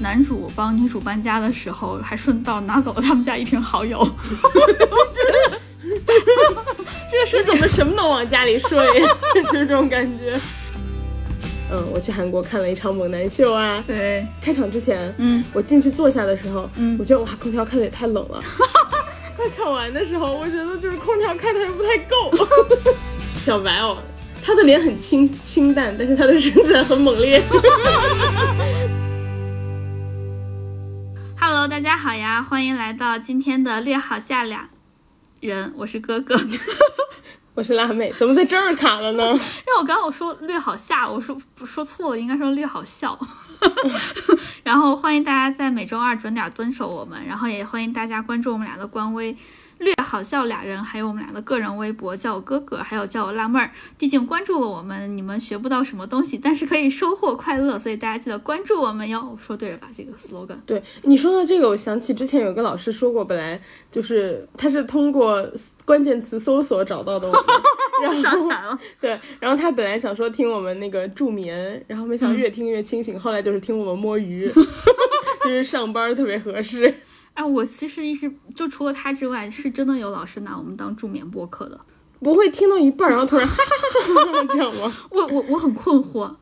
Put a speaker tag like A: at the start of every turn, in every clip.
A: 男主帮女主搬家的时候，还顺道拿走了他们家一瓶蚝油。我觉得
B: 这个是怎么什么都往家里睡， 就是这种感觉。嗯，我去韩国看了一场猛男秀啊。
A: 对，
B: 开场之前，
A: 嗯
B: 我进去坐下的时候，
A: 嗯
B: 我觉得哇，空调开的也太 冷了。快看完的时候，我觉得就是空调开的还不太 够。小白哦，他的脸很清清淡，但是他的身材很猛烈。
A: ，Hello，大家好呀，欢迎来到今天的略好下俩人，我是哥哥。
B: 我是辣妹，怎么在这儿卡了呢？
A: 因为我刚刚我说略好下，我说不说错了，应该说略好笑。 然后欢迎大家在每周二准点蹲守我们，然后也欢迎大家关注我们俩的官微“略好笑俩人”，还有我们俩的个人微博，叫我哥哥，还有叫我辣妹儿。毕竟关注了我们，你们学不到什么东西，但是可以收获快乐，所以大家记得关注我们哟。我说对了吧？这个 slogan。
B: 对你说到这个，我想起之前有个老师说过，本来就是他是通过关键词搜索找到的我们，然后
A: 了，
B: 对，然后他本来想说听我们那个助眠，然后没想到越听越清醒，后来就是听我们摸鱼， 就是上班特别合适。
A: 哎，我其实一直就除了他之外，是真的有老师拿我们当助眠播客的。
B: 不会听到一半，然后突然哈哈哈哈哈这样吗？
A: 我我我很困惑，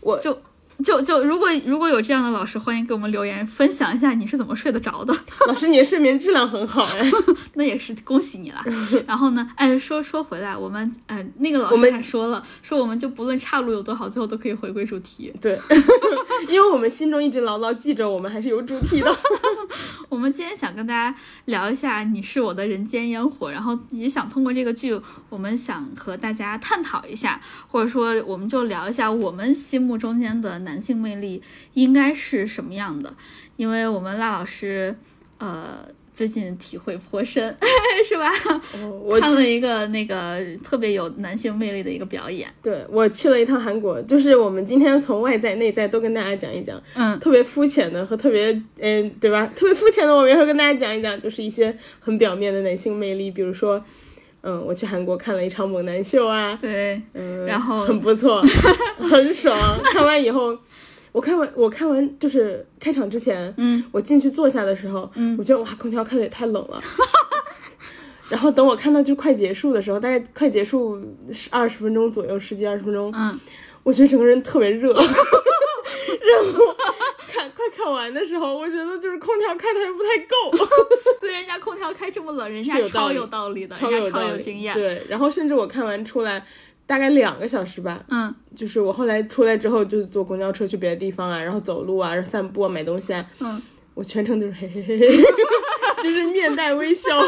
B: 我
A: 就就就如果如果有这样的老师，欢迎给我们留言分享一下你是怎么睡得着的，
B: 老师，你的睡眠质量很好哎。
A: 那也是恭喜你 啦。然后呢，哎，说说回来，我们呃那个老
B: 我
A: 师
B: 们
A: 还说了，说我们就不论岔路有多少，最后都可以回归主题。
B: 对，因为我们心中一直牢牢记着，我们还是有主题的。
A: 我们今天想跟大家聊一下《你是我的人间烟火》，然后也想通过这个剧，我们想和大家探讨一下，或者说我们就聊一下我们心目中间的男性魅力应该是什么样的，因为我们辣老师，呃。最近体会颇深， 是吧？
B: 哦我
A: 看了一个那个特别有男性魅力的一个表演，
B: 对我去了一趟韩国，就是我们今天从外在、内在都跟大家讲一讲。
A: 嗯，
B: 特别肤浅的和特别嗯、对吧？特别肤浅的，我们也会跟大家讲一讲，就是一些很表面的男性魅力，比如说，嗯，我去韩国看了一场猛男秀啊，
A: 对，
B: 嗯，
A: 然后
B: 很不错，很爽。看完以后，我看完我看完就是开场之前，
A: 嗯，
B: 我进去坐下的时候，
A: 嗯
B: 我觉得哇，空调开的也太冷了。 然后等我看到就快结束的时候，大概快结束二十分钟左右，十几二十分钟，
A: 嗯，
B: 我觉得整个人特别热， 然后看快看完的时候，我觉得就是空调开的还不太够，
A: 所以人家空调开这么冷，人
B: 是
A: 家
B: 有道
A: 超
B: 理
A: 有道理的，
B: 超
A: 人
B: 有
A: 家超
B: 道
A: 有
B: 理
A: 经验，
B: 对，然后甚至我看完出来大概两个小时吧，
A: 嗯
B: 就是我后来出来之后就坐公交车去别的地方啊，然后走路啊，然后散步啊，买东西啊，
A: 嗯，
B: 我全程就是嘿嘿嘿嘿， 就是面带微笑。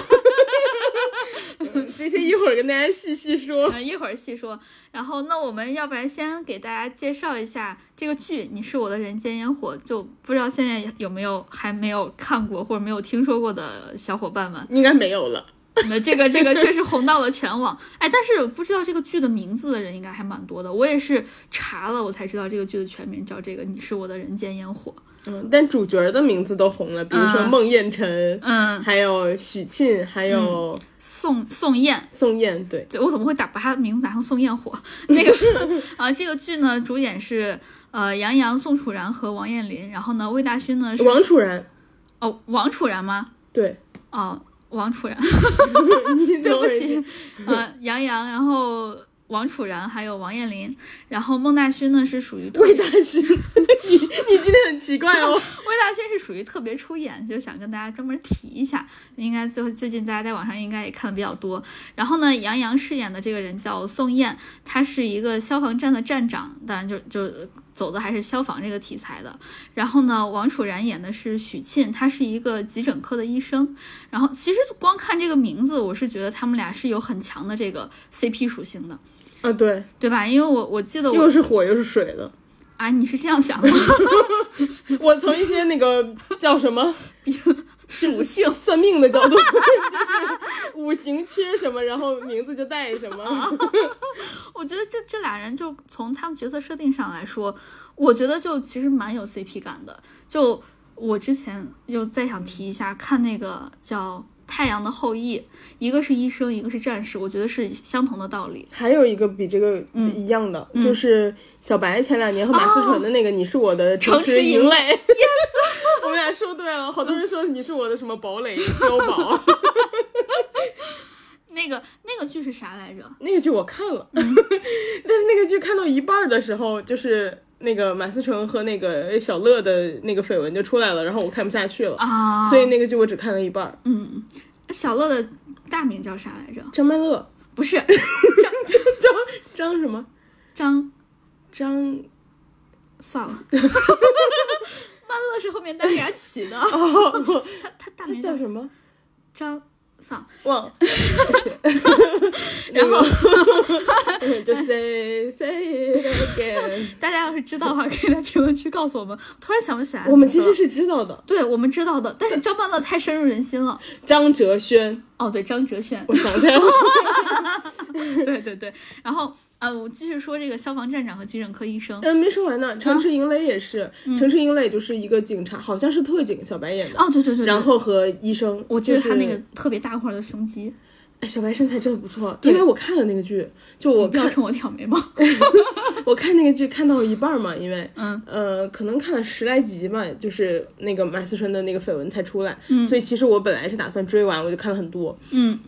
B: 嗯这些一会儿跟大家细细 说。，
A: 嗯，一会儿细说。然后，那我们要不然先给大家介绍一下这个剧《你是我的人间烟火》，就不知道现在有没有还没有看过或者没有听说过的小伙伴们
B: 应该没有了，
A: 那这个这个确实红到了全网。哎，但是不知道这个剧的名字的人应该还蛮多的。我也是查了，我才知道这个剧的全名叫这个《你是我的人间烟火》。
B: 嗯，但主角的名字都红了，比如说
A: 嗯
B: 孟宴臣，
A: 嗯，
B: 还有许沁，还有
A: 宋宋焰。
B: 宋焰，对，
A: 对，我怎么会打把他名字打成宋焰火？ 那个啊，这个剧呢，主演是呃杨洋、宋楚然和王彦霖，然后呢，魏大勋呢是
B: 王楚然，
A: 哦王楚然吗？
B: 对，
A: 哦，王楚然，
B: 你
A: 对
B: 懂
A: 不
B: 我意
A: 起
B: 思，，
A: 呃，杨洋，然后王楚然还有王彦霖，然后孟大勋呢是属于特
B: 魏
A: 别
B: 大勋， 你你今天很奇怪 哦，
A: 魏大勋是属于特别出演，就想跟大家专门提一下。应该最最近大家在网上应该也看的比较多。然后呢，杨洋饰演的这个人叫宋焰，他是一个消防站的站长，当然就就走的还是消防这个题材的。然后呢，王楚然演的是许沁，他是一个急诊科的医生。然后其实光看这个名字，我是觉得他们俩是有很强的这个 CP 属性的，
B: 啊，对，
A: 对吧？因为我我记得我
B: 又是火又是水的，
A: 啊，你是这样想的吗？
B: 我从一些那个叫什么
A: 属性
B: 算命的角度， 就是五行缺什么，然后名字就带什 么。
A: 我觉得这这俩人就从他们角色设定上来说，我觉得就其实蛮有 CP 感的。就我之前又再想提一下，看那个叫《太阳的后裔》，一个是医生，一个是战士，我觉得是相同的道 理。
B: 还有一个比这个一样的，就是小白前两年和马思纯的那个《你是我的
A: 城
B: 池
A: 池
B: 营
A: 营
B: 垒》
A: 垒，
B: 我们俩说对了。好多人说你是我的什么堡垒碉堡，
A: 那个那个剧是啥来着？
B: 那个剧我看了， 但是那个剧看到一半儿的时候，就是那个马思纯和那个小乐的那个绯闻就出来了，然后我看不下去了，
A: 啊，
B: 所以那个剧我只看了一半儿。
A: 嗯，小乐的大名叫啥来着？
B: 张曼乐，
A: 不是
B: 张张什么？
A: 张，
B: 张
A: 算 了， 曼乐是后面大家起的，
B: 哦，
A: 他他大
B: 他
A: 名
B: 叫什么？
A: 张，算了，
B: 忘了。
A: 然后
B: 就 say say it again。
A: 大家要是知道的话，可以在评论区告诉我们。突然想不起来名字了，
B: 我们其实是知道的，
A: 对我们知道的，但是张曼乐太深入人心了。
B: 张哲轩，
A: 哦，对，张哲轩，
B: 我想 起来了，
A: 对对对。然后呃，我继续说这个消防站长和急诊科医生。
B: 嗯，没说完呢。城池营垒也是，
A: 嗯
B: 城池营垒就是一个警察，好像是特警，小白演的，
A: 哦，对对对对
B: 然后和医生，
A: 我记得他那个
B: 就是，
A: 特别大块的胸肌，
B: 哎，小白身材真的不错，因为我看了那个剧，就我
A: 不要
B: 看
A: 冲我挑眉 毛。
B: 我看那个剧看到一半嘛，因为
A: 嗯
B: 呃，可能看了十来集嘛，就是那个马思纯的那个绯闻才出来，所以其实我本来是打算追完，我就看了很多，
A: 嗯，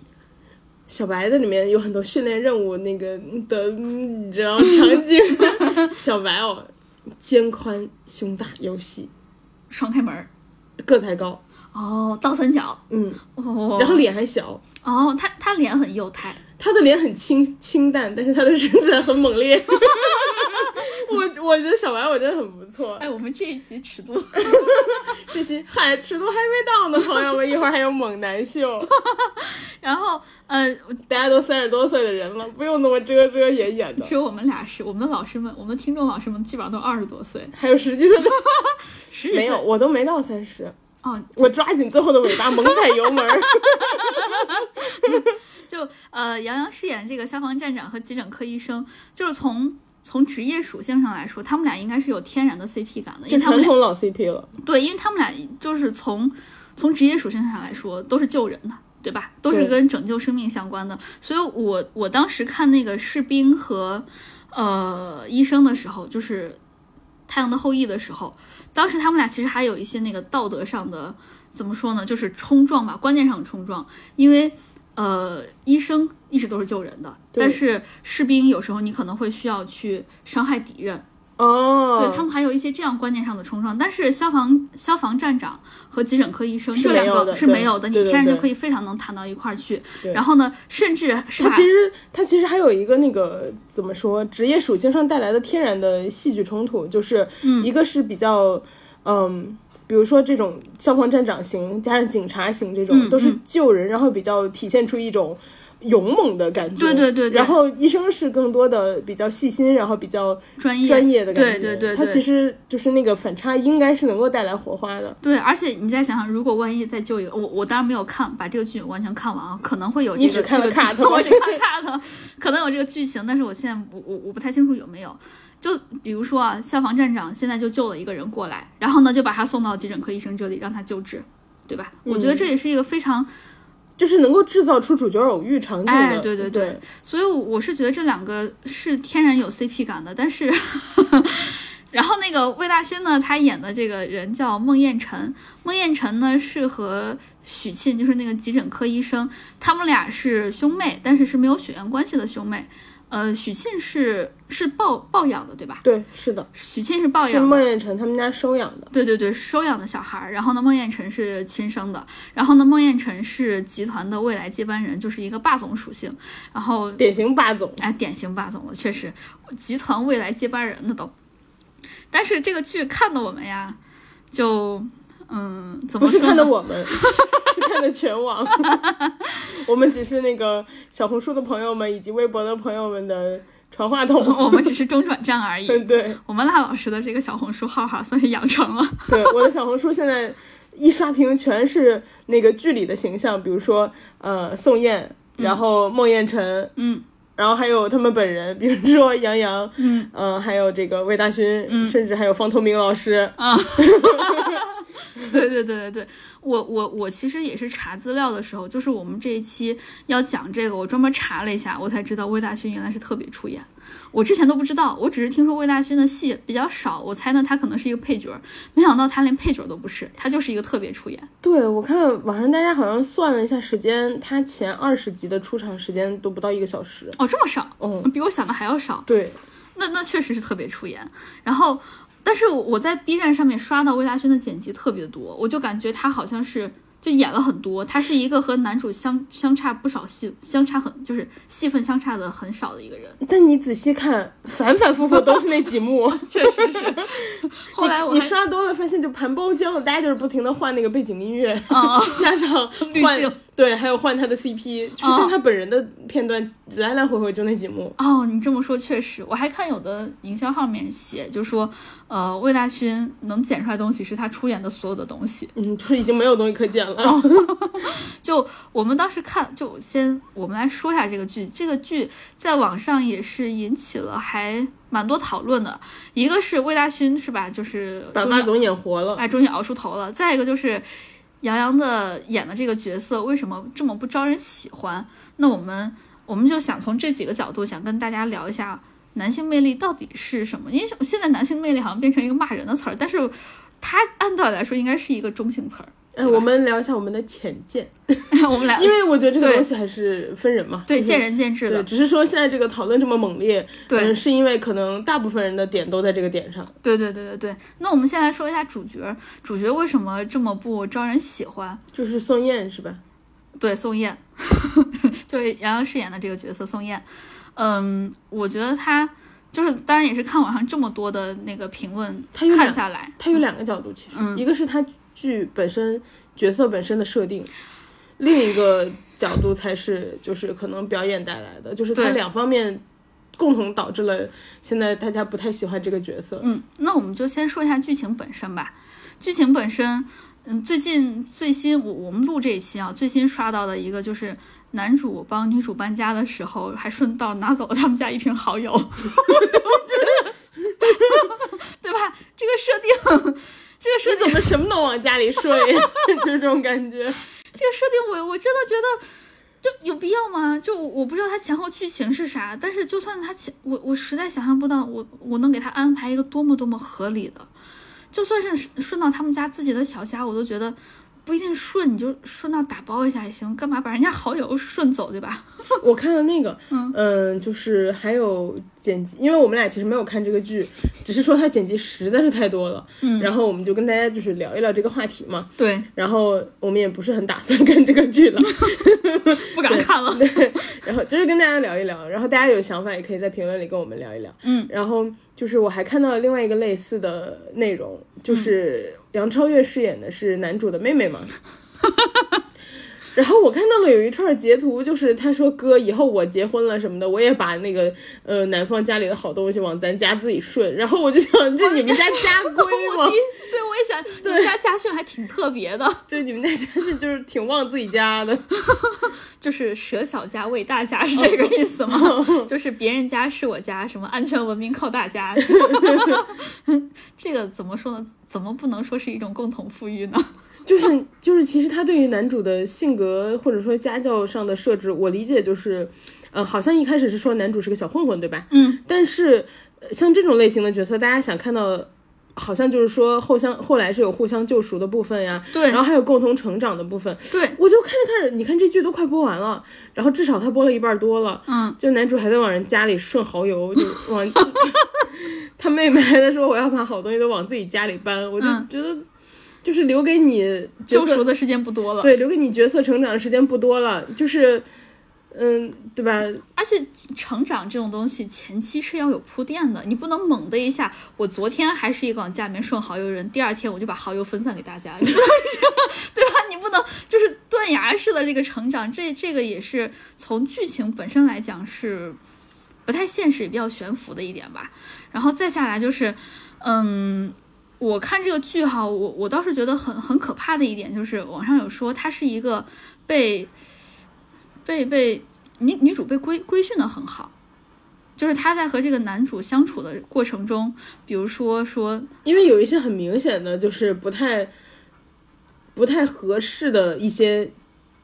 B: 小白的里面有很多训练任务那个的，你知道场景。 小白哦，肩宽胸大有戏，
A: 双开门儿。
B: 个子还高，
A: 哦，倒三角。
B: 嗯，
A: 哦，
B: 然后脸还小。
A: 哦，他他脸很幼态。
B: 他的脸很清清淡，但是他的身材很猛烈。 我我觉得小白我真的很不错。
A: 哎，我们这一集尺度
B: 这期嗨，尺度还没到呢，朋友们，一会儿还有猛男秀，
A: 然后呃，
B: 大家都三十多岁的人了，不用那么遮遮掩掩的。
A: 只有我们俩是，我们的老师们，我们的听众老师们基本上都二十多岁，
B: 还有实际的，
A: 十几岁
B: 没有，我都没到三十。
A: 哦，
B: 我抓紧最后的尾巴，猛踩油门儿。
A: 就呃，杨洋饰演这个消防站长和急诊科医生，就是从从职业属性上来说，他们俩应该是有天然的 CP 感的，因
B: 就
A: 为他
B: 传
A: 们俩
B: 统老 CP 了，
A: 对，因为他们俩就是从从职业属性上来说都是救人的。对吧？都是
B: 对
A: 跟拯救生命相关的，所以我我当时看那个士兵和呃医生的时候，就是《太阳的后裔》的时候，当时他们俩其实还有一些那个道德上的怎么说呢，就是冲撞吧，观念上的冲撞。因为呃，医生一直都是救人的，
B: 对
A: 但是士兵有时候你可能会需要去伤害敌人，
B: 哦，
A: 对他们还有一些这样观念上的冲撞。但是消防消防站长和急诊科医生
B: 是
A: 这两
B: 没有的
A: 个是
B: 对
A: 没有的，你
B: 对对
A: 天然就
B: 对
A: 可以非常能谈到一块儿去
B: 对。
A: 然后呢，甚至是
B: 他
A: 把
B: 其实他其实还有一个那个怎么说，职业属性上带来的天然的戏剧冲突，就是
A: 嗯
B: 一个是比较嗯。比如说这种消防站长型加上警察型这种，
A: 嗯
B: 都是
A: 嗯
B: 救人，然后比较体现出一种勇猛的感觉。
A: 对对对对
B: 然后医生是更多的比较细心，然后比较
A: 专业
B: 专业的感觉。
A: 对对对对
B: 他其实就是那个反差，应该是能够带来火花的。
A: 对，而且你再想想，如果万一再救一个，我我当然没有看把这个剧完全看完啊，可能会有这
B: 你
A: 个
B: 只看了
A: 这个
B: cut 吗
A: 我只看 cut，可能有这个剧情，但是我现在我我我不太清楚有没有。就比如说啊，消防站长现在就救了一个人过来，然后呢就把他送到急诊科医生这里让他救治，对吧？我觉
B: 嗯
A: 得这也是一个非常
B: 就是能够制造出主角偶遇场景的。
A: 哎对对
B: 对
A: 对所以我我是觉得这两个是天然有 CP 感的，但是， 然后那个魏大勋呢，他演的这个人叫孟宴臣，孟宴臣呢是和许沁，就是那个急诊科医生，他们俩是兄妹，但是是没有血缘关系的兄妹。呃，许沁是是抱抱养的，对吧？
B: 对，是的，
A: 许沁是抱
B: 是
A: 养的
B: 孟，宴臣他们家收养的。
A: 对对对，收养的小孩儿。然后呢，孟宴臣是亲生的，然后呢，孟宴臣是集团的未来接班人，就是一个霸总属性。然后
B: 典型霸总，
A: 哎，典型霸总了，确实，集团未来接班人那都。但是这个剧看的我们呀，就嗯，怎
B: 不
A: 么
B: 是
A: 说
B: 看
A: 呢
B: 的？我们， 是看的全网。 我们只是那个小红书的朋友们以及微博的朋友们的传话筒。
A: 我们只是中转站而已。
B: 嗯， 对
A: 我们辣老师的这个小红书号哈，算是养成了。
B: 对，我的小红书现在一刷屏全是那个剧里的形象，比如说呃宋焰，然后孟宴臣，
A: 嗯
B: 然后还有他们本人， 比如说杨洋呃
A: 嗯
B: 嗯、还有这个魏大勋，甚至还有方头明老师，
A: 啊，对对对对对，我我我其实也是查资料的时候，就是我们这一期要讲这个，我专门查了一下，我才知道魏大勋原来是特别出演。我之前都不知道，我只是听说魏大勋的戏比较少，我猜呢他可能是一个配角，没想到他连配角都不是，他就是一个特别出演。
B: 对，我看网上大家好像算了一下时间，他前二十集的出场时间都不到一个小时。
A: 哦，这么少，
B: 嗯，
A: 比我想的还要少。
B: 对，
A: 那那确实是特别出演。然后，但是我在 B 站上面刷到魏大勋的剪辑特别多，我就感觉他好像是就演了很多，他是一个和男主相相差不少戏，相差很就是戏份相差的很少的一个人。
B: 但你仔细看，反反复复都是那几幕。
A: 确实是。后来我
B: 你
A: 还
B: 刷多了，发现就盘包浆了，大家就是不停的换那个背景音乐，
A: 啊
B: 加上
A: 滤
B: 换
A: 镜
B: 对，还有换他的 CP，就是
A: 啊
B: 看他本人的片段，来来回回就那几幕。
A: 哦，你这么说确实，我还看有的营销号面写，就说，呃，魏大勋能剪出来的东西是他出演的所有的东西。
B: 嗯，就是已经没有东西可剪了。
A: 哦就我们当时看，就先我们来说一下这个剧。这个剧在网上也是引起了还蛮多讨论的。一个是魏大勋是吧，就是
B: 把
A: 终
B: 马
A: 于
B: 总演活了，
A: 哎终于熬出头了。再一个就是杨洋的演的这个角色为什么这么不招人喜欢？那我们我们就想从这几个角度想跟大家聊一下男性魅力到底是什么？因为现在男性魅力好像变成一个骂人的词儿，但是它按道理来说应该是一个中性词儿。
B: 哎，我们聊一下我们的浅见，
A: 我们来
B: 因。为我觉得这个
A: 哎对
B: 东西还是分人嘛，
A: 对，
B: 就是
A: 见仁见智的
B: 对，。只是说现在这个讨论这么猛烈，
A: 对
B: 嗯是因为可能大部分人的点都在这个点上。
A: 对对对对对，那我们先来说一下主角，主角为什么这么不招人喜欢？
B: 就是宋焰是吧？
A: 对，宋焰， 就是杨洋饰演的这个角色宋焰。嗯，我觉得他就是，当然也是看网上这么多的那个评论
B: 他有
A: 看
B: 两
A: 下来，
B: 它有两个角度，其实、
A: 嗯
B: 一个是它剧本身角色本身的设定，另一个角度才是就是可能表演带来的，就是它
A: 对
B: 两方面共同导致了现在大家不太喜欢这个角色。
A: 嗯，那我们就先说一下剧情本身吧。剧情本身，嗯，最近最新我我们录这一期啊，最新刷到的一个就是男主帮女主搬家的时候，还顺道拿走了他们家一瓶蚝 油，我觉得，对吧？这个设定， 这个设
B: 你怎么什么都往家里睡， 就是这种感觉。
A: 这个设定我我真的觉得。就有必要吗？就我不知道它前后剧情是啥，但是就算它前我我实在想象不到我我能给他安排一个多么多么合理的，就算是顺到他们家自己的小家，我都觉得不一定顺，你就顺道打包一下也行，干嘛把人家好友顺走对吧？
B: 我看了那个，
A: 嗯
B: 嗯、就是还有剪辑，因为我们俩其实没有看这个剧，只是说它剪辑实在是太多了，
A: 嗯
B: 然后我们就跟大家就是聊一聊这个话题嘛，
A: 对，
B: 然后我们也不是很打算 看这个剧了，
A: 不敢看 了。
B: 对，然后就是跟大家聊一聊，然后大家有想法也可以在评论里跟我们聊一聊。
A: 嗯，
B: 然后就是我还看到了另外一个类似的内容，就是
A: 嗯
B: 杨超越饰演的是男主的 妹妹嘛。然后我看到了有一串截图，就是他说哥，以后我结婚了什么的，我也把那个呃男方家里的好东西往咱家自己顺。然后我就想，这你们家家 规
A: 我
B: 吗
A: 第？一对我也想，你们家家训还挺特别的，
B: 就你们家家是就是挺旺自己家的。
A: 就是舍小家为大 家是这个意思吗？就是别人家是我家，什么安全文明靠大 家，这个怎么说呢？怎么不能说是一种共同富裕呢？
B: 就是就是，其实他对于男主的性格或者说家教上的设置，我理解就是，呃，好像一开始是说男主是个小混混，对吧？
A: 嗯，
B: 但是呃像这种类型的角色，大家想看到，好像就是说后相后来是有互相救赎的部分呀，
A: 对
B: 然后还有共同成长的部分。
A: 对，
B: 我就看着看着，你看这剧都快播完了，然后至少他播了一半多了，
A: 嗯，
B: 就男主还在往人家里顺蚝油，就往他妹妹还在说我要把好东西都往自己家里搬，我就
A: 嗯
B: 觉得就是留给你角
A: 救
B: 色
A: 赎的时间不多了。
B: 对，留给你角色成长的时间不多了，就是，嗯，对吧？
A: 而且成长这种东西，前期是要有铺垫的，你不能猛的一下。我昨天还是一个往家里面顺蚝油人，第二天我就把蚝油分散给大家，就是 对吧？你不能就是断崖式的这个成长，这这个也是从剧情本身来讲是不太现实，也比较悬浮的一点吧。然后再下来就是，嗯。我看这个剧哈，我我倒是觉得很很可怕的一点就是，网上有说它是一个被被被女女主被规规训的很好，就是她在和这个男主相处的过程中，比如说说
B: 因为有一些很明显的就是不太不太合适的一些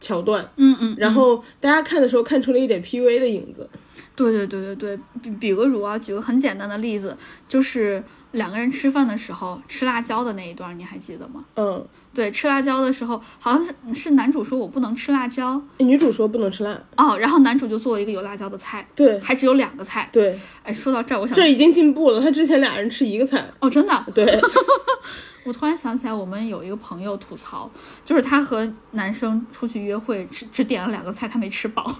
B: 桥段，
A: 嗯嗯，
B: 然后大家看的时候看出了一点 PUA 的影子。
A: 对对对对对，比比个如啊，举个很简单的例子，就是两个人吃饭的时候吃辣椒的那一段，你还记得吗？
B: 嗯，
A: 对，吃辣椒的时候，好像是是男主说我不能吃辣椒
B: 诶哎女主说不能吃辣，
A: 哦，然后男主就做了一个有辣椒的菜，
B: 对
A: 还只有两个菜。
B: 对，
A: 哎，说到这儿，我想
B: 这已经进步了。他之前俩人吃一个菜，
A: 哦，真的，
B: 对，
A: 我突然想起来，我们有一个朋友吐槽，就是他和男生出去约会，只只点了两个菜，他没吃饱，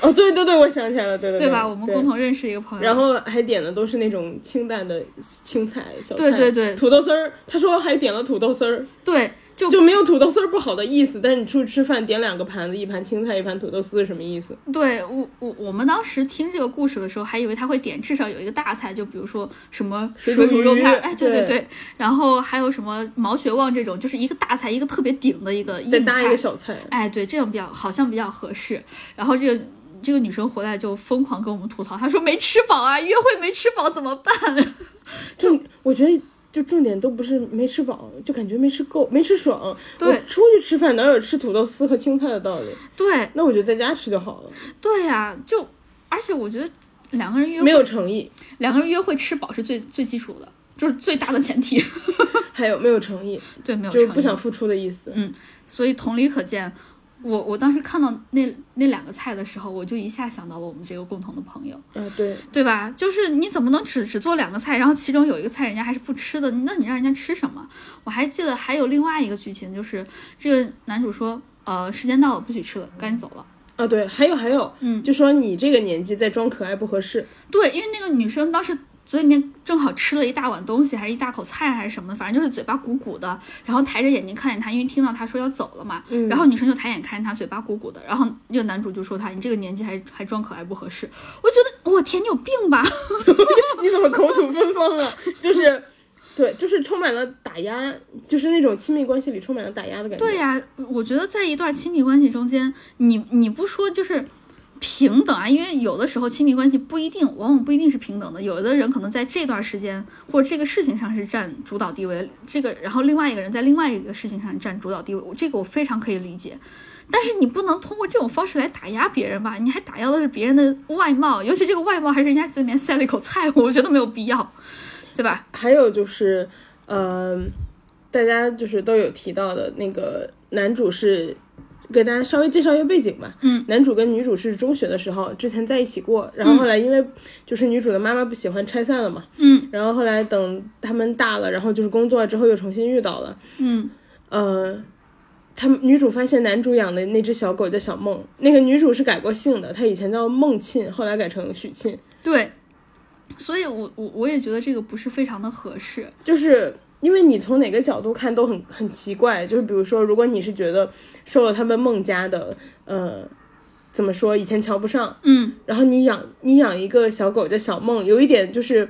B: 哦，对对对，我想起来了，对对
A: 对
B: 对
A: 吧？我们
B: 对
A: 共同认识一个朋友，
B: 然后还点的都是那种清淡的青菜、小菜，
A: 对对对
B: 土豆丝儿。他说还点了土豆丝儿，
A: 对，就
B: 就没有土豆丝儿不好的意思。但是你出去吃饭点两个盘子，一盘青菜，一盘土豆丝，什么意思？
A: 对我我我们当时听这个故事的时候，还以为他会点至少有一个大菜，就比如说什么
B: 水
A: 水
B: 煮
A: 煮肉
B: 鱼
A: 片儿，哎，对对
B: 对
A: 对，然后还有什么毛血旺这种，就是一个大菜，一个特别顶的一个
B: 再
A: 硬
B: 搭
A: 菜
B: 一，个小菜，
A: 哎，对，这样比较好像比较合适。然后这个这个女生回来就疯狂跟我们吐槽，她说没吃饱啊，约会没吃饱怎么办？
B: 重我觉得。就重点都不是没吃饱，就感觉没吃够，没吃爽。
A: 对
B: 我出去吃饭哪有吃土豆丝和青菜的道理？
A: 对
B: 那我就在家吃就好了，
A: 对呀、就而且我觉得两个人约
B: 没
A: 会，
B: 有诚意，
A: 两个人约会吃饱是最最基础的，就是最大的前提。
B: 还有没有诚意，
A: 对，没有
B: 就是
A: 诚
B: 不
A: 意
B: 想付出的意思。
A: 所以同理可见，我我当时看到那那两个菜的时候，我就一下想到了我们这个共同的朋友，
B: 啊，对，
A: 对吧？就是你怎么能只只做两个菜，然后其中有一个菜人家还是不吃的，那你让人家吃什么？我还记得还有另外一个剧情，就是这个男主说，呃，时间到了，不许吃了，赶紧走了。
B: 啊，对，还有还有，
A: 嗯
B: 就说你这个年纪再装可爱不合适。
A: 对，因为那个女生当时。嘴里面正好吃了一大碗东西，还是一大口菜，还是什么的，反正就是嘴巴鼓鼓的，然后抬着眼睛看见他，因为听到他说要走了嘛，
B: 嗯
A: 然后女生就抬眼看着他，嘴巴鼓鼓的，然后那个男主就说他，你这个年纪还还装可爱不合适，我觉得我天，你有病吧？
B: 你怎么口吐芬芳啊？ 就是，对，就是充满了打压，就是那种亲密关系里充满了打压的感觉。
A: 对呀、我觉得在一段亲密关系中间，你你不说就是平等啊，因为有的时候亲密关系不一定，往往不一定是平等的。有的人可能在这段时间或者这个事情上是占主导地位，这个然后另外一个人在另外一个事情上占主导地位，我这个我非常可以理解。但是你不能通过这种方式来打压别人吧？你还打压的是别人的外貌，尤其这个外貌还是人家嘴里面塞了一口菜，我觉得没有必要，对吧？
B: 还有就是，呃，大家就是都有提到的那个男主是，给大家稍微介绍一个背景吧。
A: 嗯，
B: 男主跟女主是中学的时候之前在一起过，然后后来因为就是女主的妈妈不喜欢拆散了嘛，
A: 嗯
B: 然后后来等他们大了，然后就是工作之后又重新遇到了，
A: 嗯
B: 呃，他们女主发现男主养的那只小狗叫小梦，那个女主是改过姓的，她以前叫孟沁，后来改成许沁，
A: 对，所以我我我也觉得这个不是非常的合适。
B: 就是因为你从哪个角度看都很很奇怪，就是比如说，如果你是觉得受了他们孟家的，呃，怎么说以前瞧不上，
A: 嗯，
B: 然后你养你养一个小狗叫小梦，有一点就是。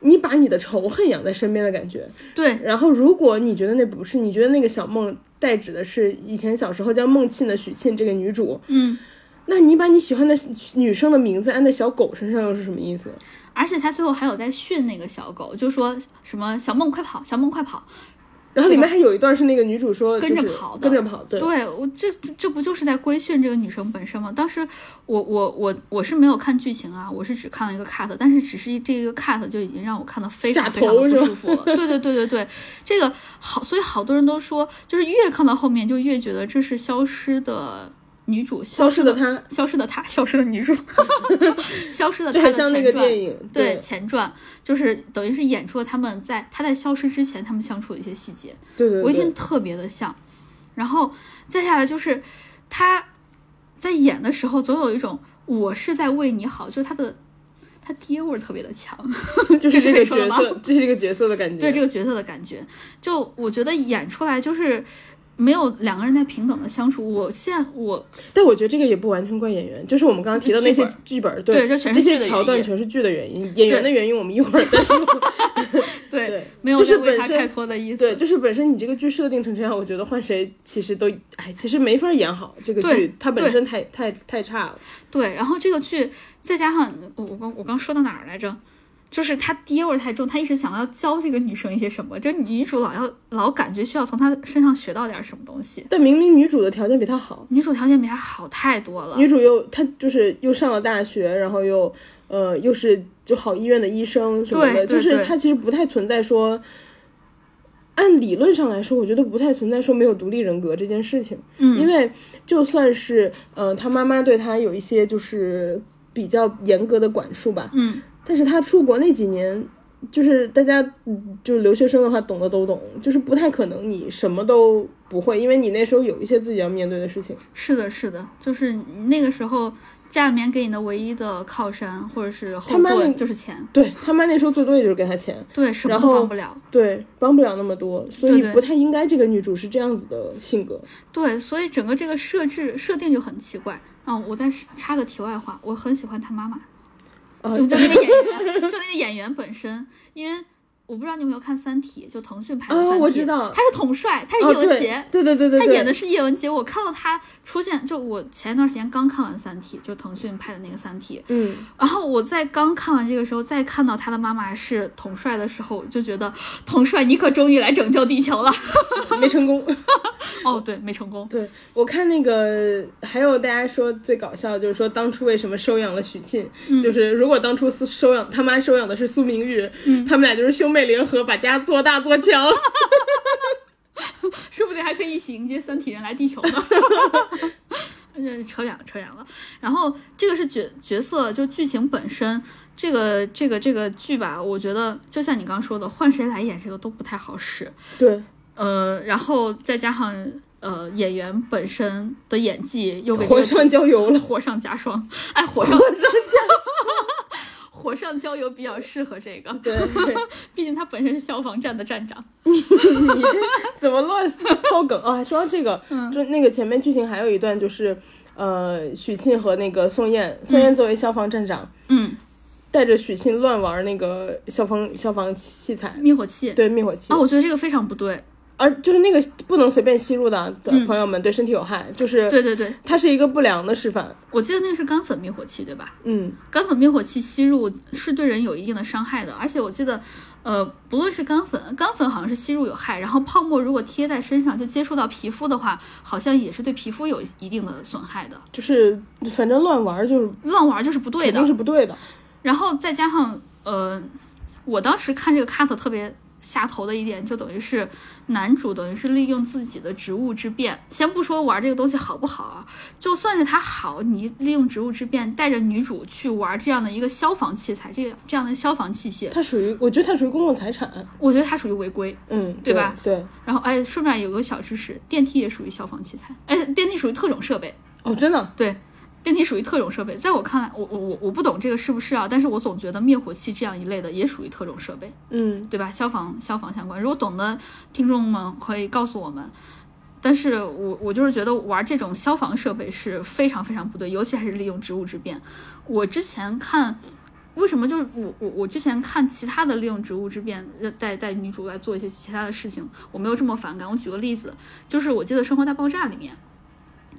B: 你把你的仇恨养在身边的感觉，
A: 对
B: 然后如果你觉得那不是，你觉得那个小梦代指的是以前小时候叫孟沁的许沁这个女主，
A: 嗯，
B: 那你把你喜欢的女生的名字安在小狗身上又是什么意思？
A: 而且他最后还有在训那个小狗，就说什么“小梦快跑，小梦快跑
B: 然后里面还有一段是那个女主说
A: 跟着
B: 就是
A: 跑的
B: 跟着跑，”对，
A: 我这这不就是在规训这个女生本身吗？当时我我我我是没有看剧情啊，我是只看了一个 cut，但是只是这个 cut 就已经让我看的非常
B: 下
A: 非常
B: 头
A: 的
B: 是
A: 不
B: 吧
A: 舒服了。对对对对对，这个好，所以好多人都说，就是越看到后面就越觉得这是消失的女主，
B: 消
A: 消
B: 失的她
A: 消失的她， 消失的女主，消失的
B: 就
A: 她的
B: 很像那个
A: 前传
B: 电影，
A: 对前传，就是等于是演出了他们在他在消失之前他们相处的一些细节，
B: 对对
A: 我一听
B: 对，
A: 特别的像。然后再下来就是他在演的时候，总有一种我是在为你好，就是他的他爹味儿特别的强，
B: 就是这
A: 这
B: 个
A: 是可以说的
B: 角
A: 吗
B: 色，这是这个角色的感觉，
A: 对这个角色的感觉，就我觉得演出来就是没有两个人在平等的相处。我现在我
B: 但我觉得这个也不完全怪演员，就是我们刚刚提到那些
A: 剧
B: 剧本，
A: 对这
B: 这
A: 全是剧
B: 些
A: 的
B: 桥段
A: 原因
B: 全是剧的原因，演员的原因我们一会儿再说。
A: 对
B: 对
A: 没有
B: 就是
A: 在为
B: 本
A: 他
B: 身
A: 开脱的意思，
B: 对，就是本身你这个剧设定成这样，我觉得换谁其实都，哎，其实没法演好这个
A: 对
B: 剧，它本
A: 对
B: 身太太太差了。
A: 对，然后这个剧再加上我我刚我刚说到哪儿来着？就是他爹味儿太重，他一直想要教这个女生一些什么，这女主老要老感觉需要从他身上学到点什么东西。
B: 但明明女主的条件比他好，
A: 女主条件比他好太多了，
B: 女主又她就是又上了大学，然后又呃又是就好医院的医生什么
A: 对
B: 的，
A: 对
B: 就是
A: 对
B: 她其实不太存在说，按理论上来说，我觉得不太存在说没有独立人格这件事情，
A: 嗯
B: 因为就算是呃她妈妈对她有一些就是比较严格的管束吧，
A: 嗯，
B: 但是她出国那几年。就是大家，嗯就留学生的话，懂的都懂，就是不太可能你什么都不会，因为你那时候有一些自己要面对的事情。
A: 是的，是的，就是那个时候家里面给你的唯一的靠山或者是后
B: 他妈那
A: 盾
B: 个
A: 就是钱，
B: 对他妈那时候最多也就是给他钱，
A: 对，什么
B: 然
A: 都帮
B: 后
A: 不了。
B: 对，帮不了那么多，所
A: 对
B: 以
A: 对
B: 不太应该这个女主是这样子的性格。
A: 对，所以整个这个设置设定就很奇怪啊！我再插个题外话，我很喜欢他妈妈，
B: 啊
A: 就就那个演 员，就那个演员本身，因为我不知道你有没有看《三体》，就腾讯拍的《
B: 啊
A: 三体》
B: 我知道
A: 他是统帅，他是
B: 哦
A: 叶文洁。
B: 对对对对对，
A: 他演的
B: 是
A: 是叶文洁，我看到他出现，就我前一段时间刚看完《三体》，就腾讯拍的那个《三体》，
B: 嗯，
A: 然后我在刚看完这个时候，再看到他的妈妈是统帅的时候，我就觉得 统帅你可终于来拯救地球了。
B: 没成功。
A: 哦，对，没成功。
B: 对我看那个，还有大家说最搞笑的就是说当初为什么收养了许沁，
A: 嗯
B: 就是如果当初苏收养他妈收养的是苏明玉，
A: 嗯
B: 他们俩就是兄妹联合把家做大做强。
A: 说不定还可以一起迎接三体人来地球呢。 呃扯远了，扯远了。然后这个是角角色，就剧情本身，这个这个这个剧吧，我觉得就像你刚说的，换谁来演这个都不太好使。
B: 对，
A: 呃，然后再加上呃演员本身的演技又给这
B: 火
A: 个剧
B: 上浇油了。
A: 火上加霜，哎，火上火上加火上浇油比较适合这个，
B: 对，
A: 毕竟他本身是消防站的站长。
B: 你这 怎 么乱抛梗啊？说到这个，
A: 嗯
B: 就那个前面剧情还有一段就是，呃，许沁和那个宋焰，宋焰作为消防站长，
A: 嗯，
B: 带着许沁乱玩那个消防消防器材，
A: 灭火器
B: 对灭火器
A: 啊，，我觉得这个非常不对。
B: 而就是那个不能随便吸入的，对朋友们对身体有害，就是
A: 嗯对对对，
B: 它是一个不良的示范。
A: 我记得那个是干粉灭火器对吧？
B: 嗯，
A: 干粉灭火器吸入是对人有一定的伤害的，而且我记得，呃，不论是干粉，干粉好像是吸入有害，然后泡沫如果贴在身上就接触到皮肤的话，好像也是对皮肤有一定的损害的。
B: 就是反正乱玩就是
A: 乱玩就是不对
B: 肯
A: 的
B: 定，是不对的。
A: 然后再加上呃，我当时看这个 cut 特别下头的一点，就等于是男主等于是利用自己的职务之便，先不说玩这个东西好不好啊，就算是他好，你利用职务之便带着女主去玩这样的一个消防器材，这个这样的消防器械，
B: 它属于，我觉得它属于公共财产。
A: 我觉得他属于违规。
B: 嗯，
A: 对吧
B: 对，
A: 然后哎，顺便有个小知识，电梯也属于消防器材，哎，电梯属于特种设备，
B: 哦，真的，
A: 对。电梯属于特种设备，在我看来，我我我我不懂这个是不是啊，但是我总觉得灭火器这样一类的也属于特种设备。
B: 嗯，
A: 对吧？消防消防相关，如果懂的听众们可以告诉我们。但是我我就是觉得玩这种消防设备是非常非常不对，尤其还是利用职务之便。我之前看，为什么就是我我我之前看其他的利用职务之便呃带带女主来做一些其他的事情，我没有这么反感。我举个例子，就是我记得《生活大爆炸》里面，